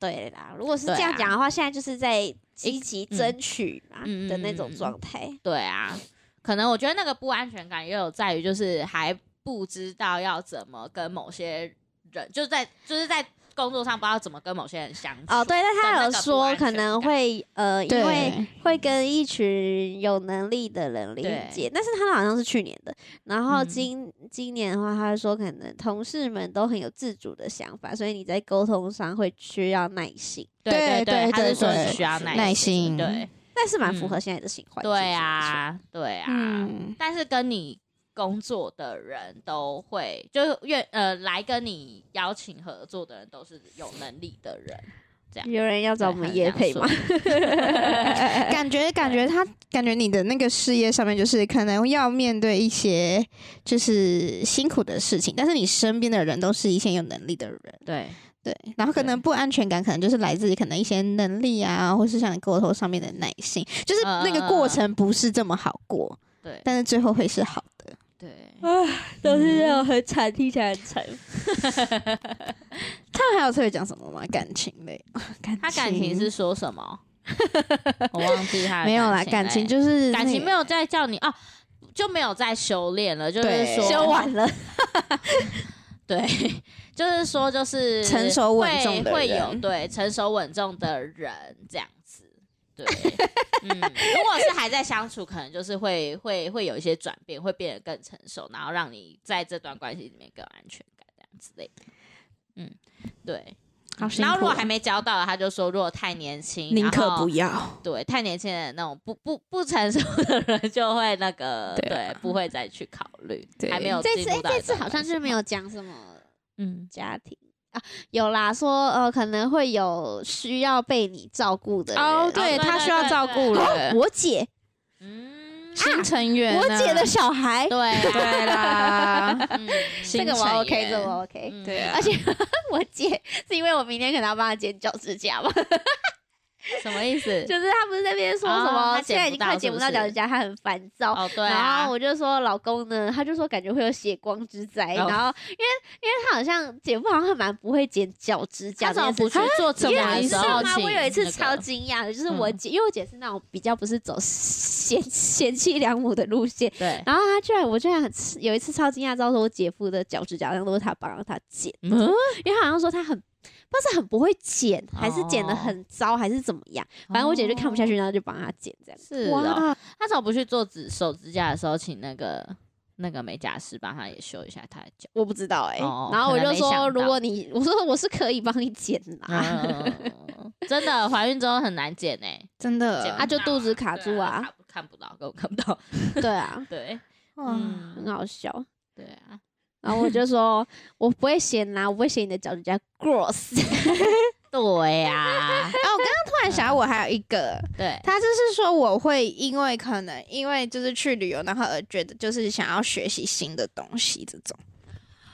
Speaker 3: 对啦。如果是
Speaker 2: 对
Speaker 3: 这样
Speaker 2: 啊
Speaker 3: 讲的话，现在就是在积极
Speaker 2: 嗯
Speaker 3: 争取嘛、
Speaker 2: 嗯嗯
Speaker 3: 的那种
Speaker 2: 嗯嗯
Speaker 3: 状态。
Speaker 2: 对啊，可能我觉得那个不安全感也有在于就是还不知道要怎么跟某些人，就是在就是在工作上不知道怎么跟某些人相处。
Speaker 3: 哦，对，但
Speaker 2: 的
Speaker 3: 他有
Speaker 2: 那个不
Speaker 3: 说
Speaker 2: 安
Speaker 3: 可
Speaker 2: 全
Speaker 3: 能
Speaker 2: 感
Speaker 3: 会呃，因为
Speaker 1: 对，
Speaker 3: 会跟一群有能力的人理解，但是他好像是去年的，然后
Speaker 2: 嗯
Speaker 3: 今、今年的话，他说可能同事们都很有自主的想法，所以你在沟通上会需要耐心，
Speaker 2: 对
Speaker 1: 对对
Speaker 2: 他是
Speaker 1: 对
Speaker 2: 说
Speaker 1: 对
Speaker 2: 你需要
Speaker 1: 耐
Speaker 2: 心，
Speaker 1: 心
Speaker 2: 对
Speaker 3: 但是蛮符
Speaker 2: 嗯
Speaker 3: 合现在的新环境。
Speaker 2: 对，啊，对啊。
Speaker 1: 嗯，
Speaker 2: 但是跟你工作的人都会，就是愿呃来跟你邀请合作的人都是有能力的人，
Speaker 3: 有人要找我们叶配吗？
Speaker 1: 感觉感觉他感觉你的那个事业上面，就是可能要面对一些就是辛苦的事情，但是你身边的人都是一些有能力的人，
Speaker 2: 对，
Speaker 1: 对，然后可能不安全感，可能就是来自于可能一些能力啊，或是像沟通上面的耐心，就是
Speaker 2: 嗯
Speaker 1: 那个过程不是这么好过，
Speaker 2: 对，
Speaker 1: 但是最后会是好的。
Speaker 2: 对，
Speaker 3: 都是那种很惨，听起来很惨。
Speaker 1: 他们还有特别讲什么吗？感情类， 感情
Speaker 2: 他感情是说什么？我忘记他的
Speaker 1: 没有啦，
Speaker 2: 感
Speaker 1: 感情
Speaker 2: 就
Speaker 1: 就是
Speaker 2: 感情没
Speaker 1: 有
Speaker 2: 有再叫你哦，就没有再修炼了，就是
Speaker 1: 对
Speaker 2: 说
Speaker 3: 修完 了，
Speaker 2: 对，就是说就是
Speaker 1: 成熟稳重的
Speaker 2: 会会
Speaker 1: 人
Speaker 2: 有对成熟稳重的人这样子。对，嗯，如果是还在相处，可能就是会会会有一些转变，会变得更成熟，然后让你在这段关系里面更有安全感，这样之类的。嗯，对。
Speaker 1: 好辛苦哦
Speaker 2: 然后如果还没哦交到的，他就说如果太年轻，
Speaker 1: 宁可
Speaker 2: 然后
Speaker 1: 不要，
Speaker 2: 对太年轻的那种不不不成熟的人就会那个对,、
Speaker 1: 对啊
Speaker 2: 不会再去考虑，
Speaker 1: 对
Speaker 2: 还没有
Speaker 3: 这
Speaker 2: 进
Speaker 3: 次
Speaker 2: 入
Speaker 3: 哎，
Speaker 2: 到
Speaker 3: 这
Speaker 2: 一
Speaker 3: 次
Speaker 2: 段
Speaker 3: 好像
Speaker 2: 关系
Speaker 3: 是没
Speaker 2: 嘛
Speaker 3: 有讲什么
Speaker 2: 嗯
Speaker 3: 家庭啊，有啦，说呃可能会有需要被你照顾的人。
Speaker 1: 哦，
Speaker 2: 对
Speaker 1: 对
Speaker 2: 他
Speaker 1: 他
Speaker 2: 需
Speaker 1: 需要
Speaker 2: 要照
Speaker 1: 照
Speaker 2: 顾
Speaker 1: 顾
Speaker 3: 哦
Speaker 1: 了，
Speaker 3: 我姐，
Speaker 2: 嗯，
Speaker 1: 新成员啊，
Speaker 3: 我姐的小孩，
Speaker 2: 对啊
Speaker 1: 对 啦，
Speaker 2: 嗯
Speaker 3: 这个我
Speaker 1: 新成
Speaker 3: OK，
Speaker 1: 员
Speaker 3: 这我 OK。
Speaker 2: 嗯
Speaker 1: 对啊
Speaker 3: 而且 我姐是因为我明天可能要帮她剪脚趾甲嘛，
Speaker 2: 什么意思？
Speaker 3: 就是她不是在那边说
Speaker 2: 哦
Speaker 3: 什么、
Speaker 2: 她剪不到
Speaker 3: 现在已经快剪不到
Speaker 2: 是不是
Speaker 3: 脚趾甲，她很烦躁。
Speaker 2: 哦，对
Speaker 3: 然
Speaker 2: 啊
Speaker 3: 后，我就说老公呢，他就说感觉会有血光之灾。
Speaker 2: 哦
Speaker 3: 然后因为因为他好像姐夫好像还蛮不会剪脚趾甲
Speaker 2: 他
Speaker 3: 这
Speaker 2: 怎
Speaker 3: 件
Speaker 2: 么
Speaker 3: 事情，
Speaker 2: 不去做
Speaker 1: 怎
Speaker 2: 指
Speaker 1: 么
Speaker 2: 甲
Speaker 1: 回
Speaker 2: 的
Speaker 1: 事
Speaker 2: 时
Speaker 1: 啊
Speaker 2: 候
Speaker 3: 你知道吗？
Speaker 2: 请
Speaker 3: 我有一次
Speaker 2: 那个
Speaker 3: 超惊讶的，就是
Speaker 2: 嗯
Speaker 3: 我姐，因为我姐是那种比较不是走贤贤妻良母的路线，
Speaker 2: 对，
Speaker 3: 然后她居然我居然很有一次超惊讶，知道说我姐夫的脚趾甲好像都是她帮让她 剪，
Speaker 2: 嗯，
Speaker 3: 因为她好像说她很不知道是很不会剪，还是
Speaker 2: 哦
Speaker 3: 剪的很糟，还是怎么样，反正我姐就看不下去，然后就帮她剪这样。
Speaker 2: 是哦，
Speaker 1: 哇，
Speaker 2: 他怎么不去做指手指甲的时候，请那个那个美甲师帮他也修一下他的脚？
Speaker 3: 我不知道
Speaker 1: 欸
Speaker 3: 哎、
Speaker 2: 哦
Speaker 3: 然后我就
Speaker 2: 可能没想
Speaker 3: 说，
Speaker 2: 到
Speaker 3: 如果你，我说我是可以帮你剪啦，
Speaker 2: 嗯真的，怀孕之后很难剪诶，
Speaker 1: 真
Speaker 2: 剪
Speaker 1: 的
Speaker 2: 不
Speaker 3: 啊，就
Speaker 2: 到
Speaker 3: 肚子卡住
Speaker 2: 嗯对
Speaker 3: 啊，
Speaker 2: 看不看不到，根本看不到。
Speaker 3: 对啊，
Speaker 2: 对，
Speaker 1: 哇，
Speaker 3: 很
Speaker 2: 嗯，
Speaker 3: 好笑。
Speaker 2: 对啊，
Speaker 3: 然后我就说，我不会嫌啦，我不会嫌你的脚趾甲 gross。
Speaker 2: 对 呀，
Speaker 1: 哦，我刚刚突然想到，我还有一个，
Speaker 2: 对，
Speaker 1: 他就是说我会因为可能因为就是去旅游，然后而觉得就是想要学习新的东西这种。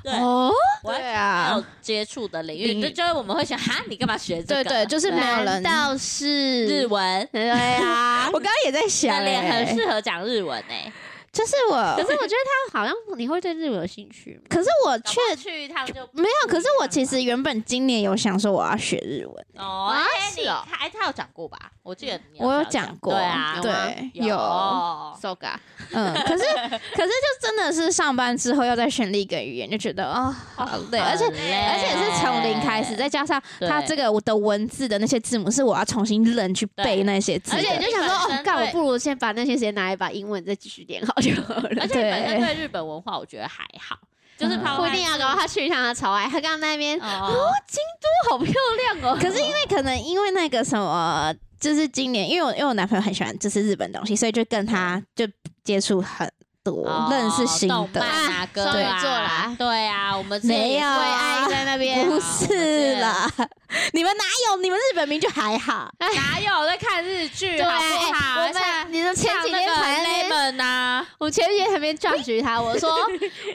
Speaker 2: 对
Speaker 1: 哦，
Speaker 2: 完
Speaker 1: 对
Speaker 2: 没
Speaker 1: 啊
Speaker 2: 有，接触的领
Speaker 1: 领
Speaker 2: 域，
Speaker 1: 域
Speaker 2: 就就是我们会想，哈，你干嘛学这个？
Speaker 1: 对对，就是没有人。
Speaker 3: 倒啊是
Speaker 2: 日文，
Speaker 3: 对 啊，
Speaker 1: 我刚刚也在想、
Speaker 2: 那脸很
Speaker 1: 欸，
Speaker 2: 适合讲日文欸诶。
Speaker 1: 就是我
Speaker 3: 可，是我觉得他好像你会对日文有兴趣吗？
Speaker 1: 可是我
Speaker 2: 搞
Speaker 1: 确
Speaker 2: 不好去一趟就不
Speaker 1: 没有，可是我
Speaker 2: 一样
Speaker 1: 其实原本今年有想说我要学日文，
Speaker 2: 吧哦，
Speaker 3: 啊
Speaker 2: 哎
Speaker 3: 是
Speaker 2: 你
Speaker 3: 哦
Speaker 2: 还他有讲过吧？我记得你
Speaker 1: 我有
Speaker 2: 有讲
Speaker 1: 讲过，
Speaker 2: 对啊，
Speaker 1: 对，
Speaker 2: 有吗
Speaker 3: 搜嘎，
Speaker 1: 嗯，可是 可是就真的是上班之后要再选另一个语言，就觉得哦，好累，而且
Speaker 2: 很累
Speaker 1: 而且是从零开始，再加上
Speaker 2: 对
Speaker 1: 它这个我的文字的那些字母是我要重新认去背那些字的，
Speaker 3: 而且你就想说，
Speaker 2: 本
Speaker 3: 哦，
Speaker 2: 身
Speaker 3: 干，
Speaker 2: 对
Speaker 3: 我不如先把那些时间拿来把英文再继续练好就好了
Speaker 2: 而。且你本身
Speaker 1: 对
Speaker 2: 对日本文化我觉得还好，就是
Speaker 1: 嗯
Speaker 2: 抛
Speaker 3: 不
Speaker 2: 开
Speaker 3: 一定要搞，他去一趟他超爱，他刚刚那边
Speaker 2: 哦，
Speaker 3: 都 好漂亮哦。
Speaker 1: 可是因为可能因为那个什么，呃就是今年，因为我因为我男朋友很喜欢就是日本东西，所以就跟他就接触很多，
Speaker 2: 哦
Speaker 1: 认识新
Speaker 2: 动
Speaker 1: 的。
Speaker 2: 漫啊， 歌
Speaker 3: 双鱼
Speaker 2: 啊
Speaker 3: 座啦，
Speaker 2: 对啊，我们之前
Speaker 1: 没有啊
Speaker 2: 也会爱
Speaker 1: 在那
Speaker 3: 啊
Speaker 2: 边
Speaker 1: 不是啦，你们哪有？你们日本名就还好，
Speaker 2: 哪有在看日剧
Speaker 3: 对
Speaker 2: 好
Speaker 3: 啊，
Speaker 2: 不好？
Speaker 3: 哎我们你的前
Speaker 2: 像
Speaker 3: 几
Speaker 2: 那
Speaker 3: 天
Speaker 2: 个
Speaker 3: 才在那边
Speaker 2: Lemon 啊，
Speaker 3: 我前几天还没 judge 他，我 说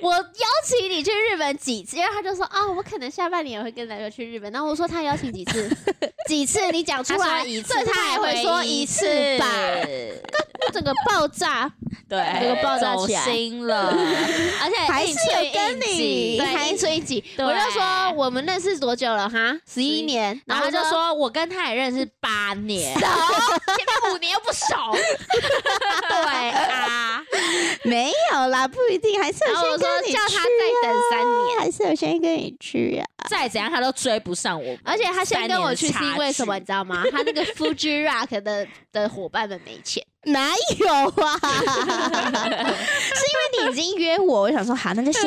Speaker 3: 我邀请你去日本几次，然后他就说啊，我可能下半年会跟男朋友去日本。然后我说他邀请几 次，几次你讲出来，所以他还会说一次吧，我整个爆炸。
Speaker 2: 对，
Speaker 3: 那个爆炸起来
Speaker 2: 走心 了，而且
Speaker 1: 还是有跟你
Speaker 2: 对
Speaker 3: 还
Speaker 2: 硬
Speaker 3: 催一集，
Speaker 2: 对
Speaker 3: 我就说我们认识多久了哈？十一年，
Speaker 2: 然
Speaker 3: 然
Speaker 2: 后
Speaker 3: 后
Speaker 2: 他就
Speaker 3: 他就说
Speaker 2: 说，我跟他也认识八年，
Speaker 3: 走，前面五年又不熟，
Speaker 2: 对啊，
Speaker 1: 没有啦，不一定，还是有
Speaker 3: 然后
Speaker 1: 先
Speaker 3: 我说
Speaker 1: 跟你去、
Speaker 3: 叫
Speaker 1: 啊。
Speaker 3: 他再等三年，
Speaker 1: 还是有先跟你去啊。
Speaker 2: 再怎样他都追不上我，
Speaker 3: 而且他先跟我去是
Speaker 2: 三年
Speaker 3: 因
Speaker 2: 的
Speaker 3: 为
Speaker 2: 差
Speaker 3: 什么，你
Speaker 2: 距？
Speaker 3: 知道吗？他那个 Fuji Rock 的的伙伴们没 钱，
Speaker 1: 哪有啊？是因为你已经约我，我想说好，那就先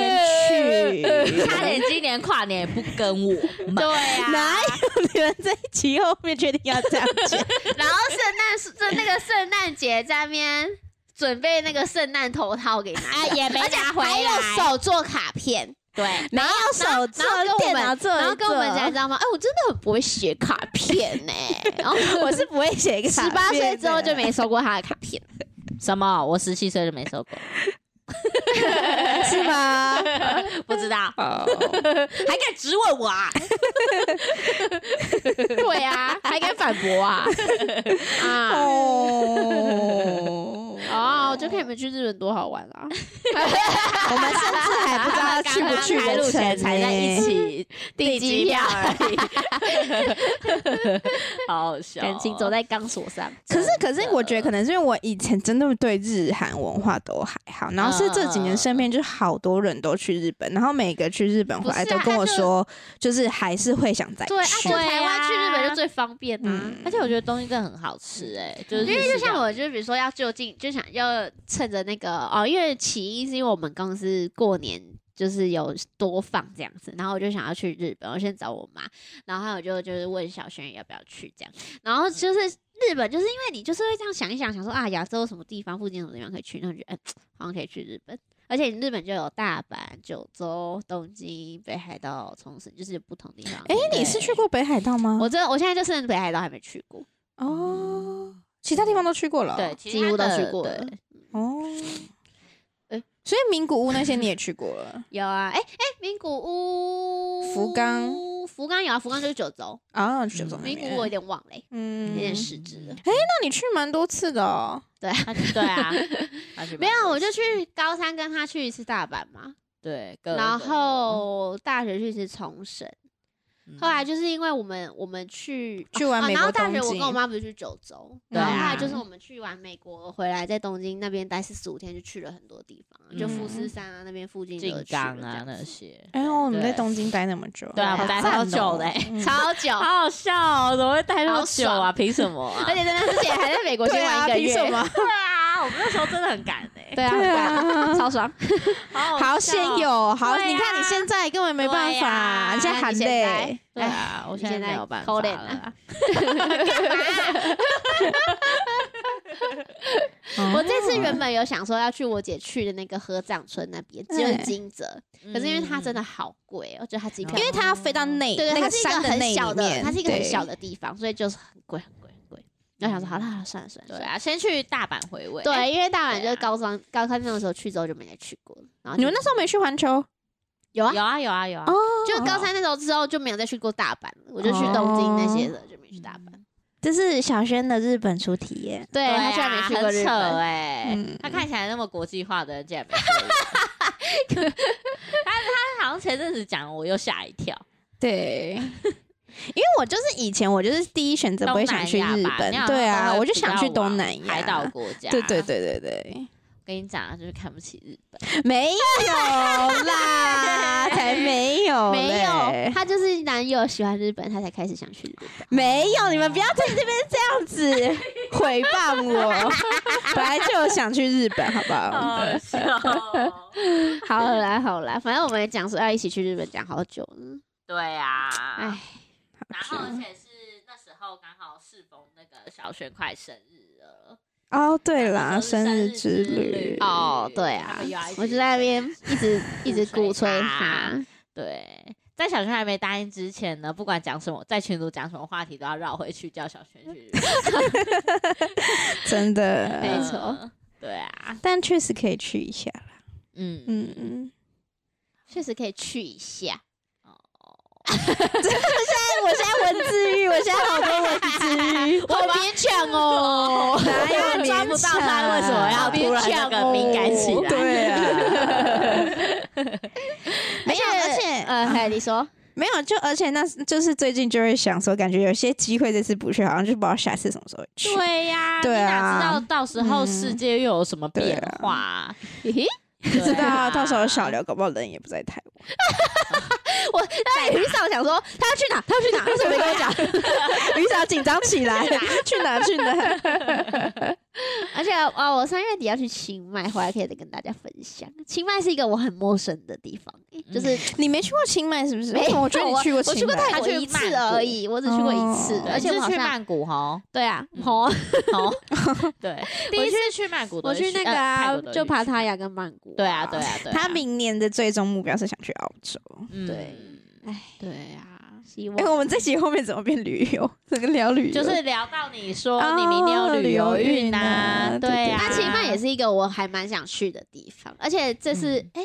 Speaker 1: 去。
Speaker 2: 差点今年跨年也不跟我们，
Speaker 3: 呀
Speaker 1: 哪有你们在一起后面决定要这样讲？
Speaker 3: 然后圣诞树在那个圣诞节在那边准备那个圣诞头套给拿，
Speaker 2: 哎也没
Speaker 3: 而且
Speaker 2: 拿回
Speaker 3: 还
Speaker 2: 来
Speaker 3: 有手做卡片，
Speaker 2: 对，
Speaker 1: 然后手做
Speaker 3: 然后跟我
Speaker 1: 电脑
Speaker 3: 们，
Speaker 1: 做，
Speaker 3: 然后跟我们讲，你知道吗？哎，我真的很不会写卡片呢、然后
Speaker 1: 我是不会写一个卡
Speaker 3: 十八岁
Speaker 1: 片
Speaker 3: 之后
Speaker 1: 的
Speaker 3: 就没收过他的卡片，
Speaker 2: 什么？我十七岁就没收过，
Speaker 1: 是吗？
Speaker 2: 不知道，
Speaker 1: 哦，
Speaker 2: 还敢质问我啊？
Speaker 3: 对呀、还敢反驳 啊？啊！
Speaker 1: 哦，
Speaker 3: 哦，就看你们去日本多好玩啊！
Speaker 1: 我们甚至还不知道去不去
Speaker 2: 开
Speaker 1: 的
Speaker 2: 路
Speaker 1: 程
Speaker 2: 前才在一
Speaker 1: 呢。
Speaker 2: 起订机
Speaker 3: 机票
Speaker 2: 票而已，好好笑哦、
Speaker 3: 感情走在钢索上，
Speaker 1: 可是，可是，我觉得可能是因为我以前真的对日韩文化都还好，然后是这几年身边就好多人都去日本，然后每个去日本回来
Speaker 3: 不是
Speaker 1: 都
Speaker 3: 啊
Speaker 1: 跟我说，就是还是会想再
Speaker 3: 对，啊，
Speaker 1: 去
Speaker 3: 从。台湾去日本就最方便啊呐、
Speaker 1: 嗯
Speaker 2: 而且我觉得东西真的很好吃哎、就是
Speaker 3: 因为就像
Speaker 2: 我
Speaker 3: 我，就是比如说要就近，就想要趁着那个哦，因为起因是因为我们公司过年就是有多放这样子，然后我就想要去日本，我先找我妈，然后还有就就是问小轩要不要去这样，然后就是日本，就是因为你就是会这样想一想，想说啊，亚洲什么地方附近有什么地方可以去，然后你觉得哎、好像可以去日本。而且你日本就有大阪、九州、东京、北海道、冲绳，就是有不同地方。
Speaker 1: 哎，你是去过北海道吗？
Speaker 3: 我真的，我现在就剩北海道还没去过。
Speaker 1: 哦，其他地方都去过了。
Speaker 2: 对，，其
Speaker 3: 几乎都
Speaker 2: 他的
Speaker 3: 去过了
Speaker 2: 对
Speaker 1: 哦
Speaker 3: 诶，
Speaker 1: 所以名古屋那些你也去过了
Speaker 3: 有啊，哎、哎，名古屋、
Speaker 1: 福冈、
Speaker 3: 福冈有啊，福冈就是九州，
Speaker 1: 啊？九州那
Speaker 3: 嗯名古
Speaker 1: 边
Speaker 3: 屋我有点忘了、欸，有
Speaker 1: 嗯，
Speaker 3: 点
Speaker 1: 那
Speaker 3: 失职了。
Speaker 1: 你去蛮多次的哦。
Speaker 3: 对啊，
Speaker 2: 他对啊，他去
Speaker 3: 没有，我就
Speaker 2: 蛮多次
Speaker 3: 去高三跟他去一次大阪嘛，
Speaker 2: 对，各
Speaker 3: 然
Speaker 2: 个
Speaker 3: 后大学去一次冲绳，
Speaker 2: 嗯
Speaker 3: 后来就是因为我们我们去。
Speaker 1: 去完
Speaker 3: 啊，
Speaker 1: 美
Speaker 3: 然后
Speaker 1: 国
Speaker 3: 大
Speaker 1: 东
Speaker 3: 学我跟
Speaker 1: 京，
Speaker 3: 我妈不是去九州，
Speaker 1: 对
Speaker 3: 然后后来
Speaker 2: 啊
Speaker 3: 就是我们去完美国回来，在东京那边待四十五天，就去了很多地方，就富士
Speaker 1: 嗯
Speaker 3: 山啊那边附近都有
Speaker 2: 静
Speaker 3: 去
Speaker 2: 冈
Speaker 3: 了这
Speaker 2: 啊
Speaker 3: 样
Speaker 2: 那
Speaker 3: 子
Speaker 2: 些，
Speaker 1: 哎呦，你
Speaker 2: 对
Speaker 1: 在东京待那么久，
Speaker 2: 对啊，
Speaker 3: 好
Speaker 2: 我们待
Speaker 1: 赞
Speaker 2: 超
Speaker 1: 哦
Speaker 2: 久的欸、
Speaker 1: 嗯
Speaker 3: 超久，
Speaker 2: 好好笑、哦，怎么会待那
Speaker 3: 好
Speaker 2: 么久
Speaker 3: 爽
Speaker 2: 啊？凭什么啊？
Speaker 3: 而且在那之前还在美国
Speaker 1: 对
Speaker 3: 先
Speaker 1: 啊，
Speaker 3: 玩一
Speaker 1: 凭
Speaker 3: 个
Speaker 1: 什
Speaker 3: 月，
Speaker 1: 么？
Speaker 2: 对啊，我们那时候真的很赶哎、
Speaker 3: 对啊，
Speaker 1: 对啊
Speaker 3: 对 超爽。
Speaker 2: 好
Speaker 1: 好
Speaker 2: 笑哦
Speaker 1: 现有，好，
Speaker 2: 对
Speaker 1: 你看你
Speaker 2: 啊
Speaker 1: 现在根本没办
Speaker 2: 对
Speaker 1: 法，
Speaker 2: 啊
Speaker 1: 你现在喊
Speaker 3: 你现
Speaker 1: 累，
Speaker 2: 对啊，我
Speaker 3: 你
Speaker 2: 现在
Speaker 3: 现
Speaker 2: 没
Speaker 3: 在
Speaker 2: 有办
Speaker 3: 抠
Speaker 2: 法
Speaker 3: 脸
Speaker 2: 了
Speaker 3: 啊
Speaker 2: 啦。
Speaker 1: 哦
Speaker 3: 我这次原本有想说要去我姐去的那个合掌村那边，就是
Speaker 1: 对
Speaker 3: 金泽，可是因为它真的
Speaker 2: 嗯，
Speaker 3: 好贵，我觉得它机票，
Speaker 1: 因为它要飞到内，
Speaker 3: 对
Speaker 1: 那
Speaker 3: 对，它
Speaker 1: 个
Speaker 3: 是一个
Speaker 1: 山的
Speaker 3: 很
Speaker 1: 那
Speaker 3: 小
Speaker 1: 一
Speaker 3: 的，
Speaker 1: 面，
Speaker 3: 它是一个很小
Speaker 1: 的，
Speaker 3: 的地方，所以就是很贵很贵很贵。然后想说好了好了，算了算了，
Speaker 2: 嗯对
Speaker 3: 算了。
Speaker 2: 啊，先去大阪回味。哎，
Speaker 3: 对，因为大阪
Speaker 2: 对
Speaker 3: 就是
Speaker 2: 啊
Speaker 3: 高中高三那个时候去之后就没再去过了，然后
Speaker 1: 你们
Speaker 3: 就
Speaker 1: 那时候没去环球
Speaker 3: 有啊，
Speaker 2: 有啊有啊有啊
Speaker 1: 哦，，
Speaker 3: 就高三那时候之后就没有再去过大阪了，我就去东京那些的，就没去大阪。
Speaker 1: 这是小轩的日本初体验，
Speaker 3: 对
Speaker 2: 啊
Speaker 3: 他居然没去过
Speaker 2: 很
Speaker 3: 日
Speaker 2: 扯
Speaker 3: 本，
Speaker 2: 哎、
Speaker 1: 嗯
Speaker 2: 他看起来那么国际化的人，竟然没去过日本 他他好像前阵子讲，我又吓一跳。
Speaker 1: 对。因为我就是以前我就是第一选择不会想去
Speaker 2: 东南
Speaker 1: 日
Speaker 2: 亚吧
Speaker 1: 本
Speaker 2: 你好像，
Speaker 1: 对啊，
Speaker 2: 都会
Speaker 1: 我就
Speaker 2: 比较
Speaker 1: 想去东
Speaker 2: 往
Speaker 1: 南亚
Speaker 2: 海岛国家。
Speaker 1: 对对，对对对，
Speaker 2: 跟你讲啊，就是看不起日本。
Speaker 1: 没有 啦，才没有，
Speaker 3: 没有，，他就是男友喜欢日本，他才开始想去日本。
Speaker 1: 没有，你们不要在这边这样子毁谤我， 本来就有想去日本，好不
Speaker 2: 哦
Speaker 1: 好？
Speaker 3: 好啦好啦，反正我们也讲说要一起去日本，讲好久了。
Speaker 2: 对啊，
Speaker 3: 哎，
Speaker 2: 然后而且是那时候刚好适逢那个小轩快生日了，
Speaker 1: 哦，对
Speaker 2: 那
Speaker 1: 啦，
Speaker 2: 时候
Speaker 1: 生
Speaker 2: 是
Speaker 1: 日
Speaker 2: 日
Speaker 1: 之旅
Speaker 2: 旅，
Speaker 3: 哦对啊我就在那边一直一直鼓吹他，
Speaker 2: 对。在小轩还没答应之前呢，不管讲什么，在群组讲什么话题都要绕回去叫小轩去日本。
Speaker 1: 真的
Speaker 3: 没，错
Speaker 2: 嗯，对啊，
Speaker 1: 但确实可以去一下，
Speaker 2: 嗯
Speaker 1: 嗯嗯。
Speaker 3: 确实可以去一下。
Speaker 2: 哎
Speaker 1: 我现在文字狱，我现在好多文字狱，
Speaker 3: 我勉 强哦，
Speaker 1: 哪
Speaker 2: 他
Speaker 1: 有啊
Speaker 2: 抓不到他为什么要突然那个敏感起来
Speaker 1: 对啊，
Speaker 3: 而且
Speaker 1: 而且
Speaker 3: 呃，嗨，你说
Speaker 1: 没有，就而且那就是最近就会想说，感觉有些机会这次不去，好像就不知道下次什么时候会去。
Speaker 2: 对啊呀、
Speaker 1: 对
Speaker 2: 你哪知
Speaker 1: 啊
Speaker 2: 道到时候
Speaker 1: 嗯
Speaker 2: 世界又有什么
Speaker 1: 对
Speaker 2: 变
Speaker 1: 啊
Speaker 2: 化、啊
Speaker 3: 嘿嘿
Speaker 2: 不
Speaker 1: 不知道到时候小刘搞不好人也不在台湾。
Speaker 3: 我在云上想说他要去哪，他要 去哪，他什么跟我讲？
Speaker 1: 雨嫂紧张起来，去哪去哪？
Speaker 3: 而且哦，我三月底要去清迈，回来可以再跟大家分享。清迈是一个我很陌生的地方，就是
Speaker 1: 你没去过清迈是不是？
Speaker 3: 嗯 没
Speaker 1: 为什么我觉得你
Speaker 3: 我
Speaker 1: 去过
Speaker 3: 我去
Speaker 1: 清
Speaker 3: 过
Speaker 1: 迈，
Speaker 3: 泰
Speaker 2: 他
Speaker 3: 国
Speaker 2: 去
Speaker 3: 一
Speaker 2: 曼
Speaker 3: 次
Speaker 2: 谷
Speaker 3: 而已，我只去过一次
Speaker 1: 哦，
Speaker 3: 而且
Speaker 2: 我
Speaker 3: 我好
Speaker 2: 去
Speaker 3: 像
Speaker 2: 曼谷吼，
Speaker 3: 对啊，
Speaker 2: 嗯
Speaker 3: 哦，
Speaker 2: 吼，对，第一次去曼谷都
Speaker 3: 我
Speaker 2: 会，
Speaker 3: 去那个
Speaker 2: 呃泰
Speaker 3: 啊
Speaker 2: 国都，会
Speaker 3: 就
Speaker 2: 去
Speaker 3: 爬塔雅跟曼谷啊，
Speaker 2: 对啊，对啊，对啊，
Speaker 1: 他明年的最终目标是想去澳洲。
Speaker 2: 嗯
Speaker 3: 对，哎，
Speaker 2: 对啊，
Speaker 3: 希
Speaker 1: 哎、
Speaker 3: 望
Speaker 1: 我们这集后面怎么变旅游？ 整个聊旅游，
Speaker 2: 就是聊到你说
Speaker 1: 哦
Speaker 2: 你明年有旅游
Speaker 1: 旅游运
Speaker 2: 运呐
Speaker 1: 啊，对
Speaker 2: 对
Speaker 1: 对
Speaker 2: 啊，
Speaker 1: 对
Speaker 3: 那清迈也是一个我还蛮想去的地方，而且这是
Speaker 2: 嗯
Speaker 3: 哎、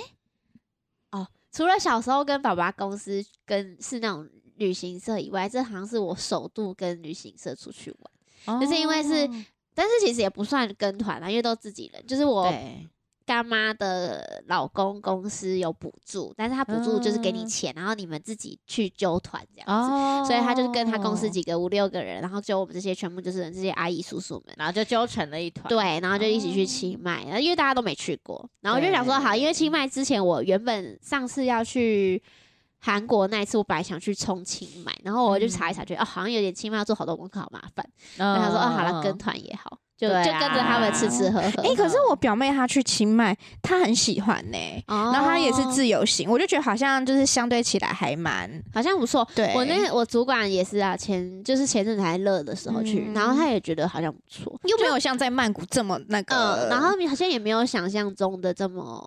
Speaker 3: 哦，除了小时候跟爸爸公司跟是那种旅行社以外，这好像是我首度跟旅行社出去玩，
Speaker 2: 哦，
Speaker 3: 就是因为是但是其实也不算跟团啦，因为都自己人，就是我
Speaker 2: 对，
Speaker 3: 干妈的老公公司有补助，但是他补助就是给你
Speaker 2: 嗯
Speaker 3: 钱，然后你们自己去揪团这样子。
Speaker 2: 哦
Speaker 3: 所以他就是跟他公司，几个五六个人，然后揪我们这些全部就是这些阿姨叔叔们，
Speaker 2: 然后就揪成了一团，
Speaker 3: 对，然后就一
Speaker 1: 哦
Speaker 3: 起去清迈，然后因为大家都没去过，然后我就想说好，因为清迈之前我原本上次要去韩国那一次，我本来想去冲清迈，然后我就
Speaker 1: 嗯
Speaker 3: 查一查，觉得、哦好像有点清迈要做好多功课，好麻烦，
Speaker 2: 嗯，
Speaker 3: 然后想说哦好
Speaker 2: 嗯
Speaker 3: 了，跟团也好，就、
Speaker 2: 对啊
Speaker 3: 就跟着他们吃吃喝喝。
Speaker 1: 哎、可是我表妹她去清迈，她很喜欢呢、
Speaker 3: 哦
Speaker 1: 然后她也是自由行，我就觉得好像就是相对起来还蛮
Speaker 3: 好像不错，
Speaker 1: 对。
Speaker 3: 我那我主管也是啊，前就是前阵子还热的时候去，
Speaker 1: 嗯
Speaker 3: 然后他也觉得好像不错，
Speaker 1: 又没有像在曼谷这么那个，
Speaker 3: 嗯，然后好像也没有想象中的这么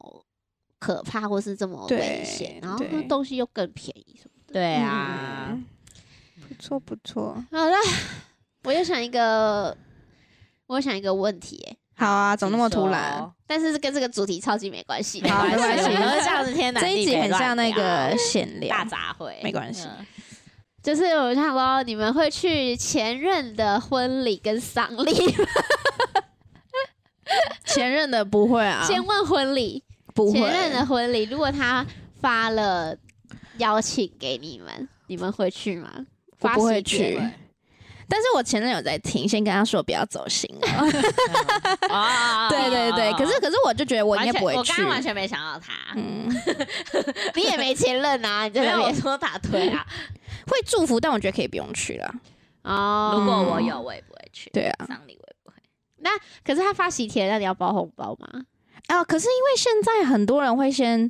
Speaker 3: 可怕或是这么
Speaker 1: 对
Speaker 3: 危险，然后那
Speaker 1: 对
Speaker 3: 东西又更便宜什么的。
Speaker 2: 对
Speaker 1: 嗯
Speaker 2: 啊，
Speaker 1: 不错不错。
Speaker 3: 好了， 我又想一个，我又想一个问题、耶，
Speaker 1: 好啊，怎么那么突
Speaker 2: 你
Speaker 1: 然
Speaker 2: 说？？
Speaker 3: 但是是跟这个主题超级没关系，
Speaker 2: 没
Speaker 1: 好
Speaker 2: 关
Speaker 1: 没关
Speaker 2: 系，
Speaker 1: 系
Speaker 2: 我们这样子天南
Speaker 1: 这一
Speaker 2: 地
Speaker 1: 集
Speaker 2: 北
Speaker 1: 很
Speaker 2: 乱
Speaker 1: 像那
Speaker 2: 聊
Speaker 1: 个闲聊
Speaker 2: 大，杂烩，
Speaker 1: 没关系
Speaker 2: 嗯
Speaker 3: 就是我想说，你们会去前任的婚礼跟丧礼？
Speaker 1: 前任的不会啊，
Speaker 3: 先问婚礼，
Speaker 1: 不会
Speaker 3: 前任的婚礼，如果他发了邀请给你们，你们会去吗？
Speaker 1: 我
Speaker 3: 发
Speaker 1: 不会
Speaker 3: 喜帖
Speaker 1: 去。但是我前任有在听，先跟他说不要走心了。
Speaker 2: 哦，
Speaker 1: 对对对，可是可是我就觉得我应该不会
Speaker 2: 完全我刚
Speaker 1: 去
Speaker 2: 刚。完全没想到他，
Speaker 1: 嗯，
Speaker 3: 你也没前任啊，你在
Speaker 2: 没
Speaker 3: 那
Speaker 2: 有我
Speaker 3: 边
Speaker 2: 说打推啊。
Speaker 1: 会祝福，但我觉得可以不用去了。
Speaker 3: 哦。
Speaker 2: 如果我有，我也不会去。
Speaker 1: 嗯对啊
Speaker 2: 丧礼我也不会。
Speaker 3: 可是他发喜帖，那你要包红包吗？
Speaker 1: 啊，可是因为现在很多人会先，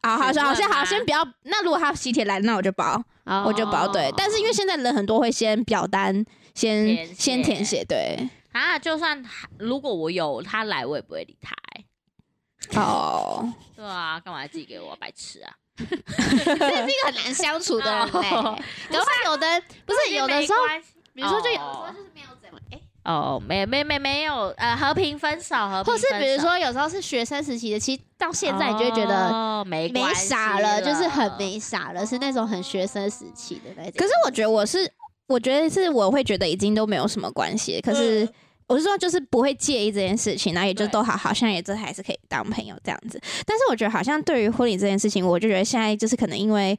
Speaker 1: 啊，好，
Speaker 2: 询问
Speaker 1: 好，先
Speaker 2: 吗
Speaker 1: 好，先不要。那如果他喜帖来，那我就包，
Speaker 3: 哦
Speaker 1: 我就包。对， 但是因为现在人很多，会先表单，
Speaker 2: 填
Speaker 1: 先
Speaker 2: 写
Speaker 1: 先填写。对，
Speaker 2: 啊，就算他如果我有他来，我也不会理他、欸。
Speaker 1: 哦，
Speaker 2: 对啊，干嘛寄给我？白痴啊！
Speaker 3: 这个很难相处的人呢、
Speaker 2: 哦
Speaker 3: 然后有的不是有的时候，比如说就有的时
Speaker 2: 哦
Speaker 3: 候就是没有怎么哎，
Speaker 2: 哦，没没没没有，呃，和平分手，和平分
Speaker 3: 或是
Speaker 2: 手，
Speaker 3: 比如说有时候是学生时期的，其实到现在你就会觉得
Speaker 2: 哦、没
Speaker 3: 没
Speaker 2: 关系
Speaker 3: 傻了，就是很
Speaker 2: 没
Speaker 3: 没傻了，是那种很学生时期的那种。
Speaker 1: 可是我觉得我是，我觉得是我会觉得已经都没有什么关系，可是。
Speaker 2: 嗯
Speaker 1: 我是说，就是不会介意这件事情，然后也就
Speaker 2: 对
Speaker 1: 都好，好像也这还是可以当朋友这样子。但是我觉得，好像对于婚礼这件事情，我就觉得现在就是可能因为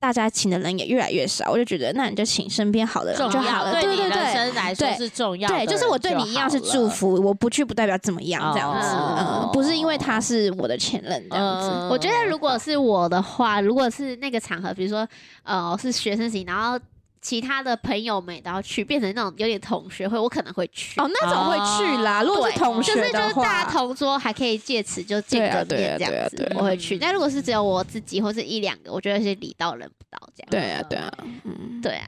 Speaker 1: 大家请的人也越来越少，我就觉得那你就请身边好的人
Speaker 2: 重
Speaker 1: 就
Speaker 2: 要，
Speaker 1: 好了。对
Speaker 2: 你
Speaker 1: 对
Speaker 2: 人
Speaker 1: 对，
Speaker 2: 生来说
Speaker 1: 对
Speaker 2: 是重要的
Speaker 1: 对，
Speaker 2: 人就
Speaker 1: 就是我对你一样是祝福，我不去不代表怎么样这样子，
Speaker 2: 哦
Speaker 1: 嗯，不是因为他是我的前任这
Speaker 2: 好了。
Speaker 1: 样子。
Speaker 2: 嗯
Speaker 3: 我觉得如果是我的话，如果是那个场合，比如说呃是学生型，然后其他的朋友们也都要去，变成那种有点同学会，我可能会去。
Speaker 1: 哦，那种会去啦。如果是
Speaker 3: 对
Speaker 1: 同
Speaker 3: 就
Speaker 1: 学
Speaker 3: 是
Speaker 1: 的
Speaker 3: 就是
Speaker 1: 话
Speaker 3: 大家同桌还可以借此就见
Speaker 1: 对啊
Speaker 3: 个
Speaker 1: 对啊
Speaker 3: 面
Speaker 1: 对
Speaker 3: 这
Speaker 1: 啊
Speaker 3: 样子
Speaker 1: 对啊，
Speaker 3: 我会去。
Speaker 2: 嗯
Speaker 3: 但如果是只有我自己或是一两个，我觉得是礼到人不到这样。
Speaker 1: 对啊，对啊，嗯，
Speaker 3: 对啊，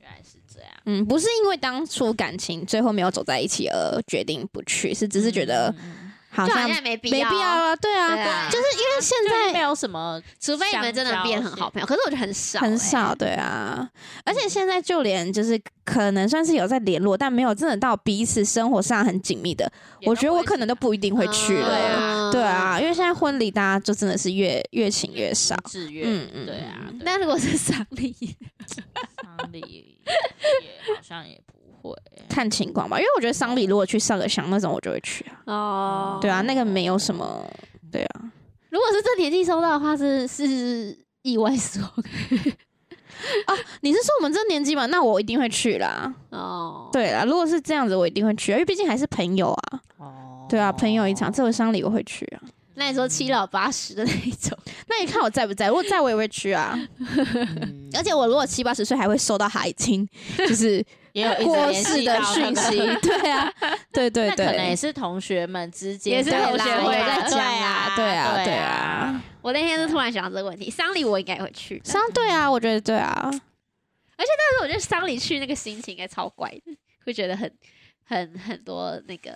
Speaker 2: 原来是这样，
Speaker 1: 嗯，不是因为当初感情最后没有走在一起而决定不去，是只是觉得
Speaker 2: 嗯嗯嗯
Speaker 1: 好
Speaker 3: 就好
Speaker 1: 像
Speaker 3: 像没必
Speaker 1: 没必要啊，对
Speaker 3: 对啊
Speaker 1: 啊，就是因为现
Speaker 2: 就是没
Speaker 1: 在
Speaker 2: 有什么
Speaker 3: 除非你们真的变很好朋友。可是我觉得很少欸，
Speaker 1: 很少，对啊，而且现在就连就是可能算是有在联络，但没有真的到彼此生活上很紧密的，我觉得我可能都不一定会去
Speaker 2: 对啊
Speaker 1: 了。
Speaker 3: 嗯
Speaker 1: 对啊，因为现在婚礼大家就真的是越越请越少，
Speaker 2: 制约，
Speaker 1: 嗯嗯，
Speaker 2: 对啊，
Speaker 1: 嗯
Speaker 2: 对
Speaker 3: 那如果是丧礼，
Speaker 2: 丧礼也好像也不 会。
Speaker 1: 看情况吧。因为我觉得丧礼如果去上个香那种，我就会去啊。
Speaker 3: 哦
Speaker 1: 对啊，那个没有什么，对啊，
Speaker 3: 如果是这年纪收到的话，是是意外收，
Speaker 1: 你是说我们这年纪嘛？那我一定会去啦。
Speaker 3: 哦，
Speaker 1: 对啦，如果是这样子，我一定会去啊，因为毕竟还是朋友啊。
Speaker 2: 哦
Speaker 1: 对啊，朋友一场，这回丧礼我会去啊。
Speaker 3: 那你说七老八十的那一种，
Speaker 1: 那你看我在不在？如果在，我也会去啊。
Speaker 2: 嗯
Speaker 1: 而且我如果七八十岁，还会收到他已经就是
Speaker 2: 也有一直
Speaker 1: 过
Speaker 2: 联
Speaker 1: 世
Speaker 2: 系
Speaker 1: 的
Speaker 2: 到
Speaker 1: 讯
Speaker 2: 那个
Speaker 1: 息。对啊，对对
Speaker 2: 那可能也
Speaker 1: 对，
Speaker 2: 是同学们之间，
Speaker 3: 也是
Speaker 1: 对
Speaker 3: 同
Speaker 1: 啦
Speaker 3: 学
Speaker 1: 有
Speaker 3: 会
Speaker 1: 在
Speaker 3: 啦
Speaker 1: 讲啊，对啊，对啊。
Speaker 3: 我那天是突然想到这个问题，丧礼我应该也会去，但
Speaker 1: 相对啊，我觉得对啊。
Speaker 3: 是我觉得丧礼去那个心情应该超怪的，会觉得很很很多那个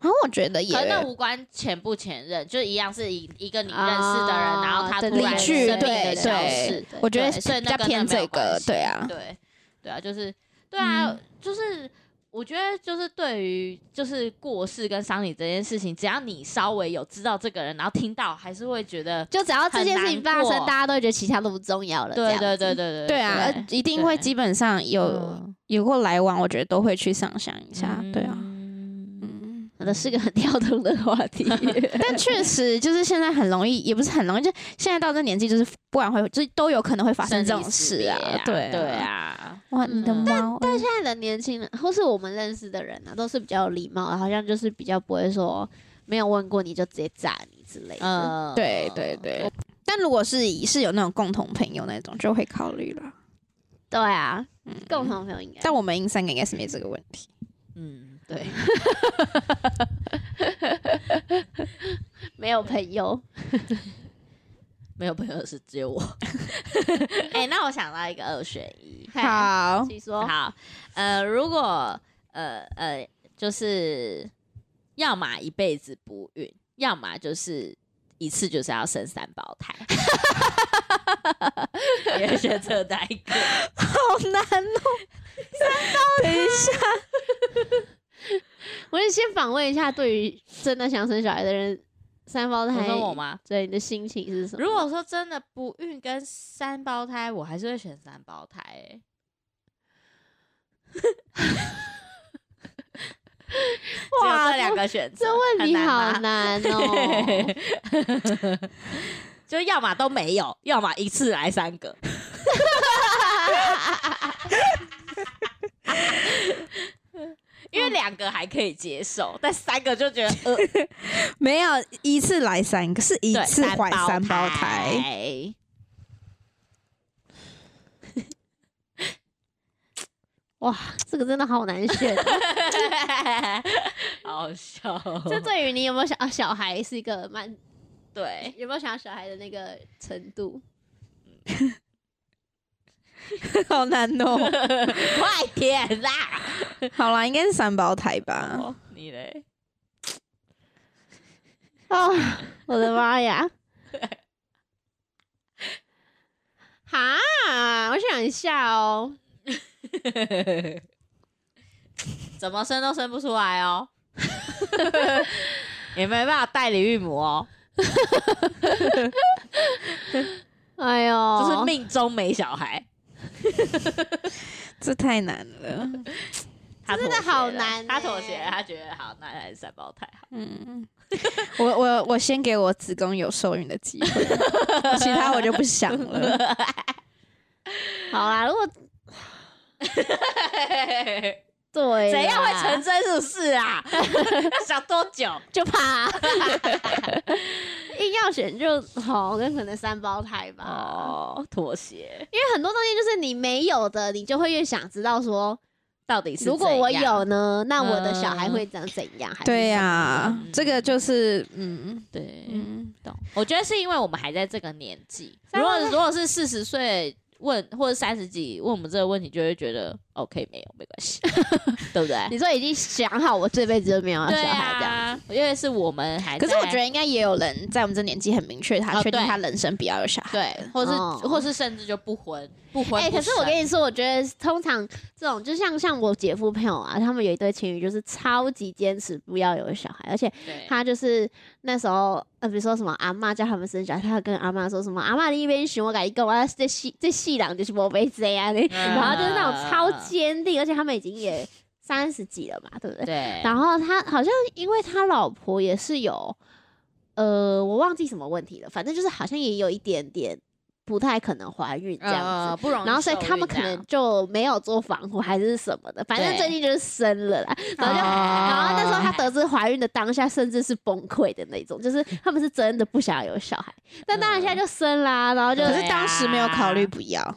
Speaker 1: 然后我觉得也
Speaker 2: 可能那无关前不前任，就一样是一一个你认识的人，
Speaker 3: 啊
Speaker 2: 然后他突
Speaker 3: 对
Speaker 2: 然
Speaker 1: 离去
Speaker 2: 生命的
Speaker 1: 对
Speaker 2: 消
Speaker 1: 对
Speaker 2: 失，
Speaker 1: 我觉得
Speaker 2: 对所以
Speaker 1: 比
Speaker 2: 那
Speaker 1: 较
Speaker 2: 跟
Speaker 1: 偏
Speaker 2: 那没有
Speaker 1: 这个
Speaker 2: 关，系
Speaker 1: 对啊，
Speaker 2: 对对啊，就是对啊，
Speaker 1: 嗯
Speaker 2: 就是我觉得就是对于就是过世跟丧礼这件事情，只要你稍微有知道这个人，然后听到，还是会觉得，
Speaker 3: 就只要这件事情发生
Speaker 2: 很难，过
Speaker 3: 大家都会觉得其他都不重要了。
Speaker 2: 对
Speaker 3: 这
Speaker 2: 对
Speaker 3: 样子
Speaker 2: 对对对
Speaker 1: 对啊，
Speaker 3: 对
Speaker 1: 呃一定会
Speaker 2: 对
Speaker 1: 基本上有
Speaker 2: 嗯
Speaker 1: 有过来往，我觉得都会去上香一下。对啊，嗯。
Speaker 3: 可能是个很跳动的话 题。
Speaker 1: 但确实就是现在很容易，也不是很容易，就现在到这年纪，就是不管会，就是都有可能会发生这种事
Speaker 2: 生离死别
Speaker 1: 啊
Speaker 2: 啊，
Speaker 1: 对
Speaker 2: 对，啊，
Speaker 1: 哇，你的
Speaker 2: 嗯
Speaker 1: 猫，哎但是
Speaker 3: 现在的年轻人，或是我们认识的人啊，都是比较有礼貌，好像就是比较不会说没有问过你就直接炸你之类的。
Speaker 2: 嗯，
Speaker 1: 对对对，但如果是以是有那种共同朋友那种，就会考虑了。
Speaker 3: 对啊，
Speaker 1: 嗯
Speaker 3: 共，同朋友应该。
Speaker 1: 但我们应三个应该是没这个问题。
Speaker 2: 嗯对。
Speaker 3: 没有朋友，
Speaker 2: 没有朋友是只有 我。 哎、那我想到一个二选一。
Speaker 1: 好，
Speaker 3: 你说
Speaker 2: 好，呃，如果呃呃，就是要么一辈子不孕，要么就是一次就是要生三胞胎。你会选择哪一个？
Speaker 1: 好难哦。等一下，
Speaker 3: 我就先访问一下，对于真的想生小孩的人，三胞
Speaker 2: 我
Speaker 3: 胎，
Speaker 2: 说我吗？
Speaker 3: 对你的心情是什么？
Speaker 2: 如果说真的不孕跟三胞胎，我还是会选三胞胎、欸。只有这两个选择，
Speaker 3: 这问题
Speaker 2: 很难
Speaker 3: 好
Speaker 2: 吗
Speaker 3: 难哦。
Speaker 2: 哦 就要么都没有，要么一次来三 个。因为两个还可以接受，但三个就觉得呃，
Speaker 1: 没有一次来三个，是一
Speaker 2: 对
Speaker 1: 次怀三胞胎。
Speaker 2: 胎。
Speaker 3: 哇，这个真的好难选哦。
Speaker 2: 好 好笑哦、
Speaker 3: 这对于你有没有想要啊小孩是一个蛮
Speaker 2: 对，
Speaker 3: 有没有想要小孩的那个程度？
Speaker 1: 好难哦。
Speaker 2: 快点啦！
Speaker 1: 好啦，应该是三胞胎吧。
Speaker 2: 哦，你嘞？
Speaker 3: 啊、我的妈呀！ 哈，我想一下哦，
Speaker 2: 怎么生都生不出来 哦，也没办法代理孕母哦，
Speaker 3: 哎呦，
Speaker 2: 就是命中没小孩。
Speaker 1: 这太难了。
Speaker 2: 他
Speaker 3: 真的
Speaker 2: 妥协
Speaker 3: 好
Speaker 2: 了
Speaker 3: 难
Speaker 2: 他
Speaker 3: 欸
Speaker 2: 妥协了，他觉得好，那还是三胞胎好。
Speaker 1: 嗯， 我我我先给我子宫有受孕的机会， 其他我就不想了。
Speaker 3: 好啦。如果对啦，
Speaker 2: 怎样会成真是不是啊？ 要想多久？
Speaker 3: 就怕 硬要选就好，跟可能三胞胎吧。
Speaker 2: 哦，妥协
Speaker 3: 因为很多东西就是你没有的，你就会越想知道说，
Speaker 2: 到底是
Speaker 3: 如果我
Speaker 2: 怎样
Speaker 3: 有呢，那我的小孩会长怎样？还是
Speaker 1: 对呀、
Speaker 2: 嗯
Speaker 1: 这个就是嗯
Speaker 2: 对，
Speaker 1: 嗯，
Speaker 2: 懂。我觉得是因为我们还在这个年纪，如
Speaker 3: 三
Speaker 2: 果
Speaker 3: 胞
Speaker 2: 如果是四十岁问或者三十几问我们这个问题，就会觉得 OK 没有没关系， 对 不对？
Speaker 3: 你说已经想好我这辈子就没有要小
Speaker 2: 对
Speaker 3: 孩这样。
Speaker 2: 啊，因为是我们还
Speaker 1: 可是我
Speaker 2: 在
Speaker 1: 觉得应该也有人在我们这年纪很明确，他
Speaker 2: 哦
Speaker 1: 确定
Speaker 2: 对
Speaker 1: 他人生不要有小孩。
Speaker 2: 对，或是、
Speaker 3: 哦
Speaker 2: 或是甚至就不婚不婚
Speaker 3: 哎、
Speaker 2: 不
Speaker 3: 可是我
Speaker 2: 生
Speaker 3: 跟你说，我觉得通常这种，就像像我姐夫朋友啊，他们有一对情侣，就是超级坚持不要有小孩，而且
Speaker 2: 对
Speaker 3: 他就是那时候，呃，比如说什么阿嬷叫他们生小孩，他跟阿嬷说什么阿嬷你一边选我改跟我这细这细郎就是我被这样的，
Speaker 2: 啊
Speaker 3: 然后就是那种超坚定，而且他们已经也三十几了嘛，对不对？
Speaker 2: 对，
Speaker 3: 然后他好像因为他老婆也是有，呃，我忘记什么问题了，反正就是好像也有一点点不太可能怀孕这样子。
Speaker 2: 呃不容易受孕这样，
Speaker 3: 然后，所以他们可能就没有做防护还是什么的，反正
Speaker 2: 对
Speaker 3: 最近就是生了啦。然后就，
Speaker 2: 哦
Speaker 3: 然后那时候她得知怀孕的当下，甚至是崩溃的那种，就是他们是真的不想有小孩。但当然现在就生啦，然后就
Speaker 1: 可
Speaker 2: 对
Speaker 1: 是当时没有考虑不要，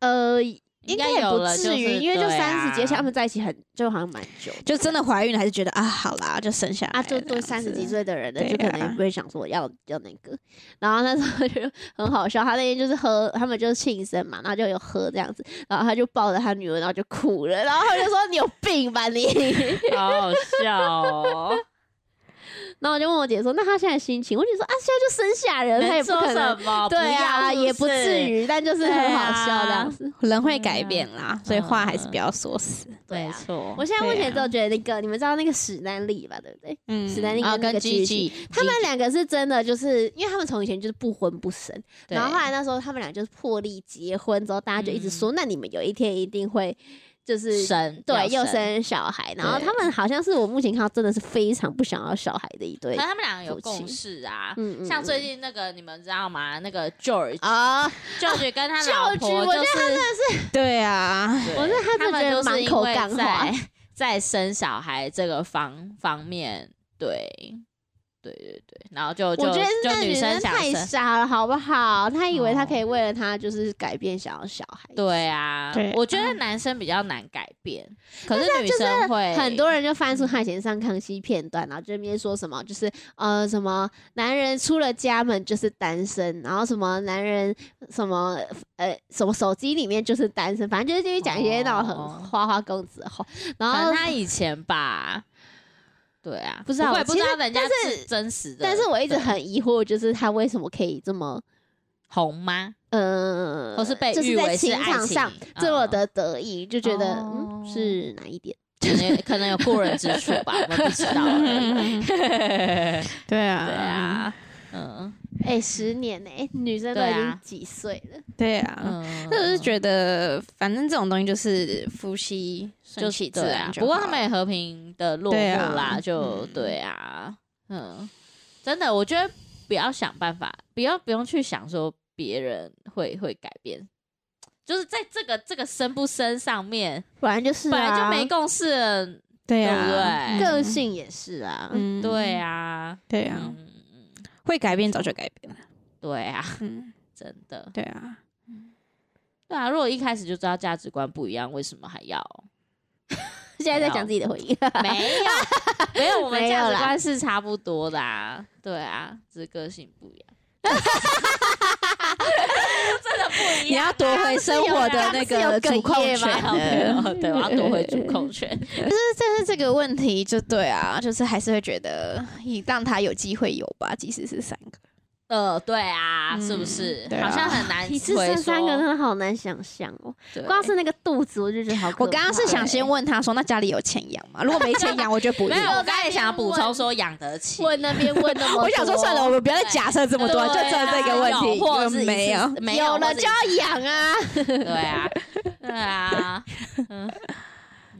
Speaker 3: 呃，
Speaker 2: 应
Speaker 3: 应
Speaker 2: 该
Speaker 3: 该也
Speaker 2: 有
Speaker 3: 不
Speaker 2: 了就
Speaker 3: 至于，
Speaker 2: 是
Speaker 3: 因为就
Speaker 2: 对
Speaker 3: 三
Speaker 2: 啊
Speaker 3: 十几，而且他们在一起很就好像蛮久的
Speaker 1: 就真的怀孕了，还是觉得啊，好啦，就生下来
Speaker 3: 啊，
Speaker 1: 这
Speaker 3: 就对
Speaker 1: 样子
Speaker 3: 三十几，岁的人呢，
Speaker 1: 对
Speaker 3: 就可能也
Speaker 1: 啊
Speaker 3: 不会想说要要那个。然后那时候就很好笑，他那天就是喝，他们就是庆生嘛，然后就有喝这样子，然后他就抱着他女儿，然后就哭了，然后他就说你有病吧你。
Speaker 2: 好好笑哦。
Speaker 3: 然后我就问我姐说，那他现在心情？我姐说啊，现在就生下人，他也
Speaker 2: 能
Speaker 3: 不
Speaker 2: 说
Speaker 3: 可
Speaker 2: 什
Speaker 3: 能。
Speaker 2: 么？
Speaker 3: 对
Speaker 2: 呀、
Speaker 3: 啊，也不至。于，但就是很好笑
Speaker 2: 对啊
Speaker 3: 这样子。
Speaker 1: 人会改变啦，所以话还是
Speaker 2: 嗯
Speaker 1: 不要说死。
Speaker 3: 对
Speaker 2: 没
Speaker 3: 啊
Speaker 2: 错，
Speaker 3: 我现在目前
Speaker 1: 对啊
Speaker 3: 只有觉得那个，你们知道那个史丹利吧，对不对？
Speaker 1: 嗯
Speaker 3: 史丹利
Speaker 2: 啊，
Speaker 3: 那
Speaker 2: 跟
Speaker 3: 个
Speaker 2: G
Speaker 3: Gigi
Speaker 2: G，
Speaker 3: 他们两个是真的，就是因为他们从以前就是不婚不生，然后后来那时候他们俩就是破例结婚之后，大家就一直说，那你们有一天一定会就是
Speaker 2: 神
Speaker 3: 对又
Speaker 2: 又生，
Speaker 3: 生小孩。然后
Speaker 2: 对
Speaker 3: 他们好像是我目前看到真的是非常不想要小孩的一对
Speaker 2: 可是，他们两个有
Speaker 3: 夫妻
Speaker 2: 共识啊。
Speaker 3: 嗯嗯，
Speaker 2: 像最
Speaker 3: 近
Speaker 2: 近那个，你们知道吗？那个 George
Speaker 3: 啊，
Speaker 2: George 跟他老
Speaker 3: George，
Speaker 2: 婆
Speaker 3: 我
Speaker 2: 就
Speaker 3: 觉得
Speaker 2: 是，
Speaker 1: 对 啊，
Speaker 2: 对
Speaker 3: 我觉得他
Speaker 2: 他
Speaker 3: 真的
Speaker 2: 们
Speaker 3: 觉
Speaker 2: 就
Speaker 3: 得
Speaker 2: 是
Speaker 3: 满
Speaker 2: 因
Speaker 3: 口
Speaker 2: 为
Speaker 3: 干话
Speaker 2: 在，在生小孩这个方方面，对，对对对，然后就就
Speaker 3: 我觉得
Speaker 2: 就
Speaker 3: 那女
Speaker 2: 生想
Speaker 3: 太
Speaker 2: 生，哦
Speaker 3: 傻了，好不好？她以为她可以为了他就是改变想要小孩，
Speaker 2: 对啊
Speaker 1: 对，
Speaker 2: 我觉得男生比较难改变，可是女
Speaker 3: 就是
Speaker 2: 生会
Speaker 3: 很多人就翻出他以前上康熙片段，然后这边说什么就是呃什么男人出了家门就是单身，然后什么男人什么呃什么手机里面就是单身，反正就是因为讲一些那种
Speaker 2: 哦
Speaker 3: 很花花公子的话。然
Speaker 2: 可
Speaker 3: 后
Speaker 2: 能，他以前吧，对啊，
Speaker 3: 不知道
Speaker 2: 我也
Speaker 3: 我
Speaker 2: 不
Speaker 3: 其
Speaker 2: 知
Speaker 3: 实
Speaker 2: 道人家
Speaker 3: 但是
Speaker 2: 是真实的，
Speaker 3: 但是我一直
Speaker 2: 对
Speaker 3: 很疑惑，就是他为什么可以这么
Speaker 2: 红吗？
Speaker 3: 呃，
Speaker 2: 或是被
Speaker 3: 就是
Speaker 2: 誉
Speaker 3: 在
Speaker 2: 为是
Speaker 3: 情
Speaker 2: 爱
Speaker 3: 场
Speaker 2: 情
Speaker 3: 上
Speaker 2: 嗯
Speaker 3: 这么的得意，就觉得
Speaker 2: 哦
Speaker 3: 嗯是哪一点？
Speaker 2: 可能可能有过人之处吧，我们不知道 而已。
Speaker 1: 对
Speaker 2: 啊对
Speaker 1: 啊，
Speaker 2: 啊， 嗯
Speaker 3: 哎，十年哎，女生都
Speaker 2: 对
Speaker 3: 已经
Speaker 2: 啊
Speaker 3: 几岁了？
Speaker 1: 对啊。
Speaker 2: 嗯，
Speaker 1: 那我是觉得，反正这种东西就是夫妻顺
Speaker 2: 就是
Speaker 1: 其自
Speaker 2: 对
Speaker 1: 然
Speaker 2: 啊，
Speaker 1: 就好了。
Speaker 2: 不过他们也和平的落幕
Speaker 1: 对啊
Speaker 2: 啦，就
Speaker 1: 嗯
Speaker 2: 对啊，嗯，真的，我觉得不要想办法，不要不用去想说别人会会改变。就是在这个这个生不生上面，
Speaker 3: 本来就是
Speaker 2: 本来就
Speaker 3: 啊
Speaker 2: 没共识了，
Speaker 1: 对
Speaker 2: 对
Speaker 1: 啊，
Speaker 2: 不对
Speaker 3: 个性也是啊，
Speaker 1: 嗯，嗯
Speaker 2: 对，啊，
Speaker 1: 对啊，
Speaker 2: 嗯，
Speaker 1: 会改变早就改变了。
Speaker 2: 对啊，
Speaker 1: 嗯，
Speaker 2: 真的，
Speaker 1: 对啊，
Speaker 2: 对啊，如果一开始就知道价值观不一样，为什么还要？
Speaker 3: 现在在讲自己的回忆，
Speaker 2: 没有，没有，我们
Speaker 3: 没有
Speaker 2: 价值
Speaker 3: 啦
Speaker 2: 观是差不多的啊，对啊，只是个性不一样。真的不一
Speaker 1: 你
Speaker 2: 样，
Speaker 1: 要夺回生活的那个主控
Speaker 3: 刚刚
Speaker 1: 权
Speaker 2: 对， 对，我要夺回主控权。
Speaker 1: 但是这个问题就对啊，就是还是会觉得你让他有机会有吧，即使是三个。
Speaker 2: 呃，对啊，
Speaker 1: 嗯
Speaker 2: 是不是？
Speaker 1: 对啊
Speaker 2: 好像很难
Speaker 3: 一次
Speaker 2: 回
Speaker 3: 生三个真
Speaker 2: 说，
Speaker 3: 的好难想象哦，
Speaker 2: 对
Speaker 3: 光是那个肚子我就觉得好可怕。
Speaker 1: 我刚刚是想先问他说，那家里有钱养吗？如果没钱养，我就 不
Speaker 2: 欸没有，
Speaker 1: 要。
Speaker 2: 我刚才想要补充说养得起，
Speaker 3: 问那边问那么多，
Speaker 1: 我想说算了，我们不要再假设这么多，就
Speaker 2: 对
Speaker 1: 只有这个问题，
Speaker 2: 有或者是一次
Speaker 1: 没有。
Speaker 2: 没
Speaker 3: 有了
Speaker 2: 或者
Speaker 3: 就要养啊，
Speaker 2: 对啊，对啊，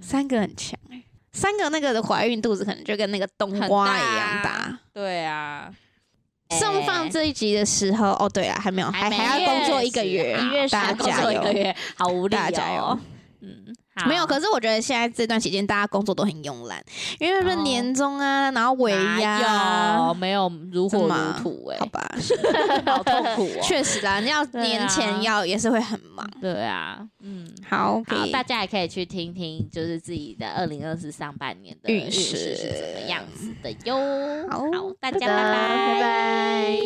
Speaker 1: 三个很强哎、三个那个的怀孕肚子可能就跟那个冬瓜一样
Speaker 2: 很大啊
Speaker 1: 大。
Speaker 2: 对啊，
Speaker 1: 上放这一集的时候，哦对了，还没有，还
Speaker 2: 还没
Speaker 1: 还要工作一个
Speaker 2: 是
Speaker 1: 月
Speaker 2: 啊，
Speaker 1: 大
Speaker 2: 还工
Speaker 1: 家加
Speaker 2: 作哎一
Speaker 1: 油
Speaker 2: 个，月，好无力
Speaker 1: 大家加
Speaker 2: 哦
Speaker 1: 油。
Speaker 2: 嗯，好
Speaker 1: 没有，可是我觉得现在这段期间大家工作都很慵懒，因为是
Speaker 2: 哦
Speaker 1: 年终啊，然后尾牙
Speaker 2: 哪有
Speaker 1: 啊，
Speaker 2: 没有如火
Speaker 1: 真吗
Speaker 2: 如荼哎、
Speaker 1: 好吧，
Speaker 2: 好痛苦哦。
Speaker 1: 确实啦，你要
Speaker 2: 对啊
Speaker 1: 年前要也是会很忙。
Speaker 2: 对啊，嗯，
Speaker 1: 好，可
Speaker 2: 好，
Speaker 1: 以
Speaker 2: 大家也可以去听听，就是自己的二零二四上半年的
Speaker 1: 运
Speaker 2: 运势是
Speaker 1: 势
Speaker 2: 怎么样子的哟。
Speaker 1: 好
Speaker 2: 好，大家
Speaker 1: 拜拜
Speaker 2: 拜
Speaker 3: 拜拜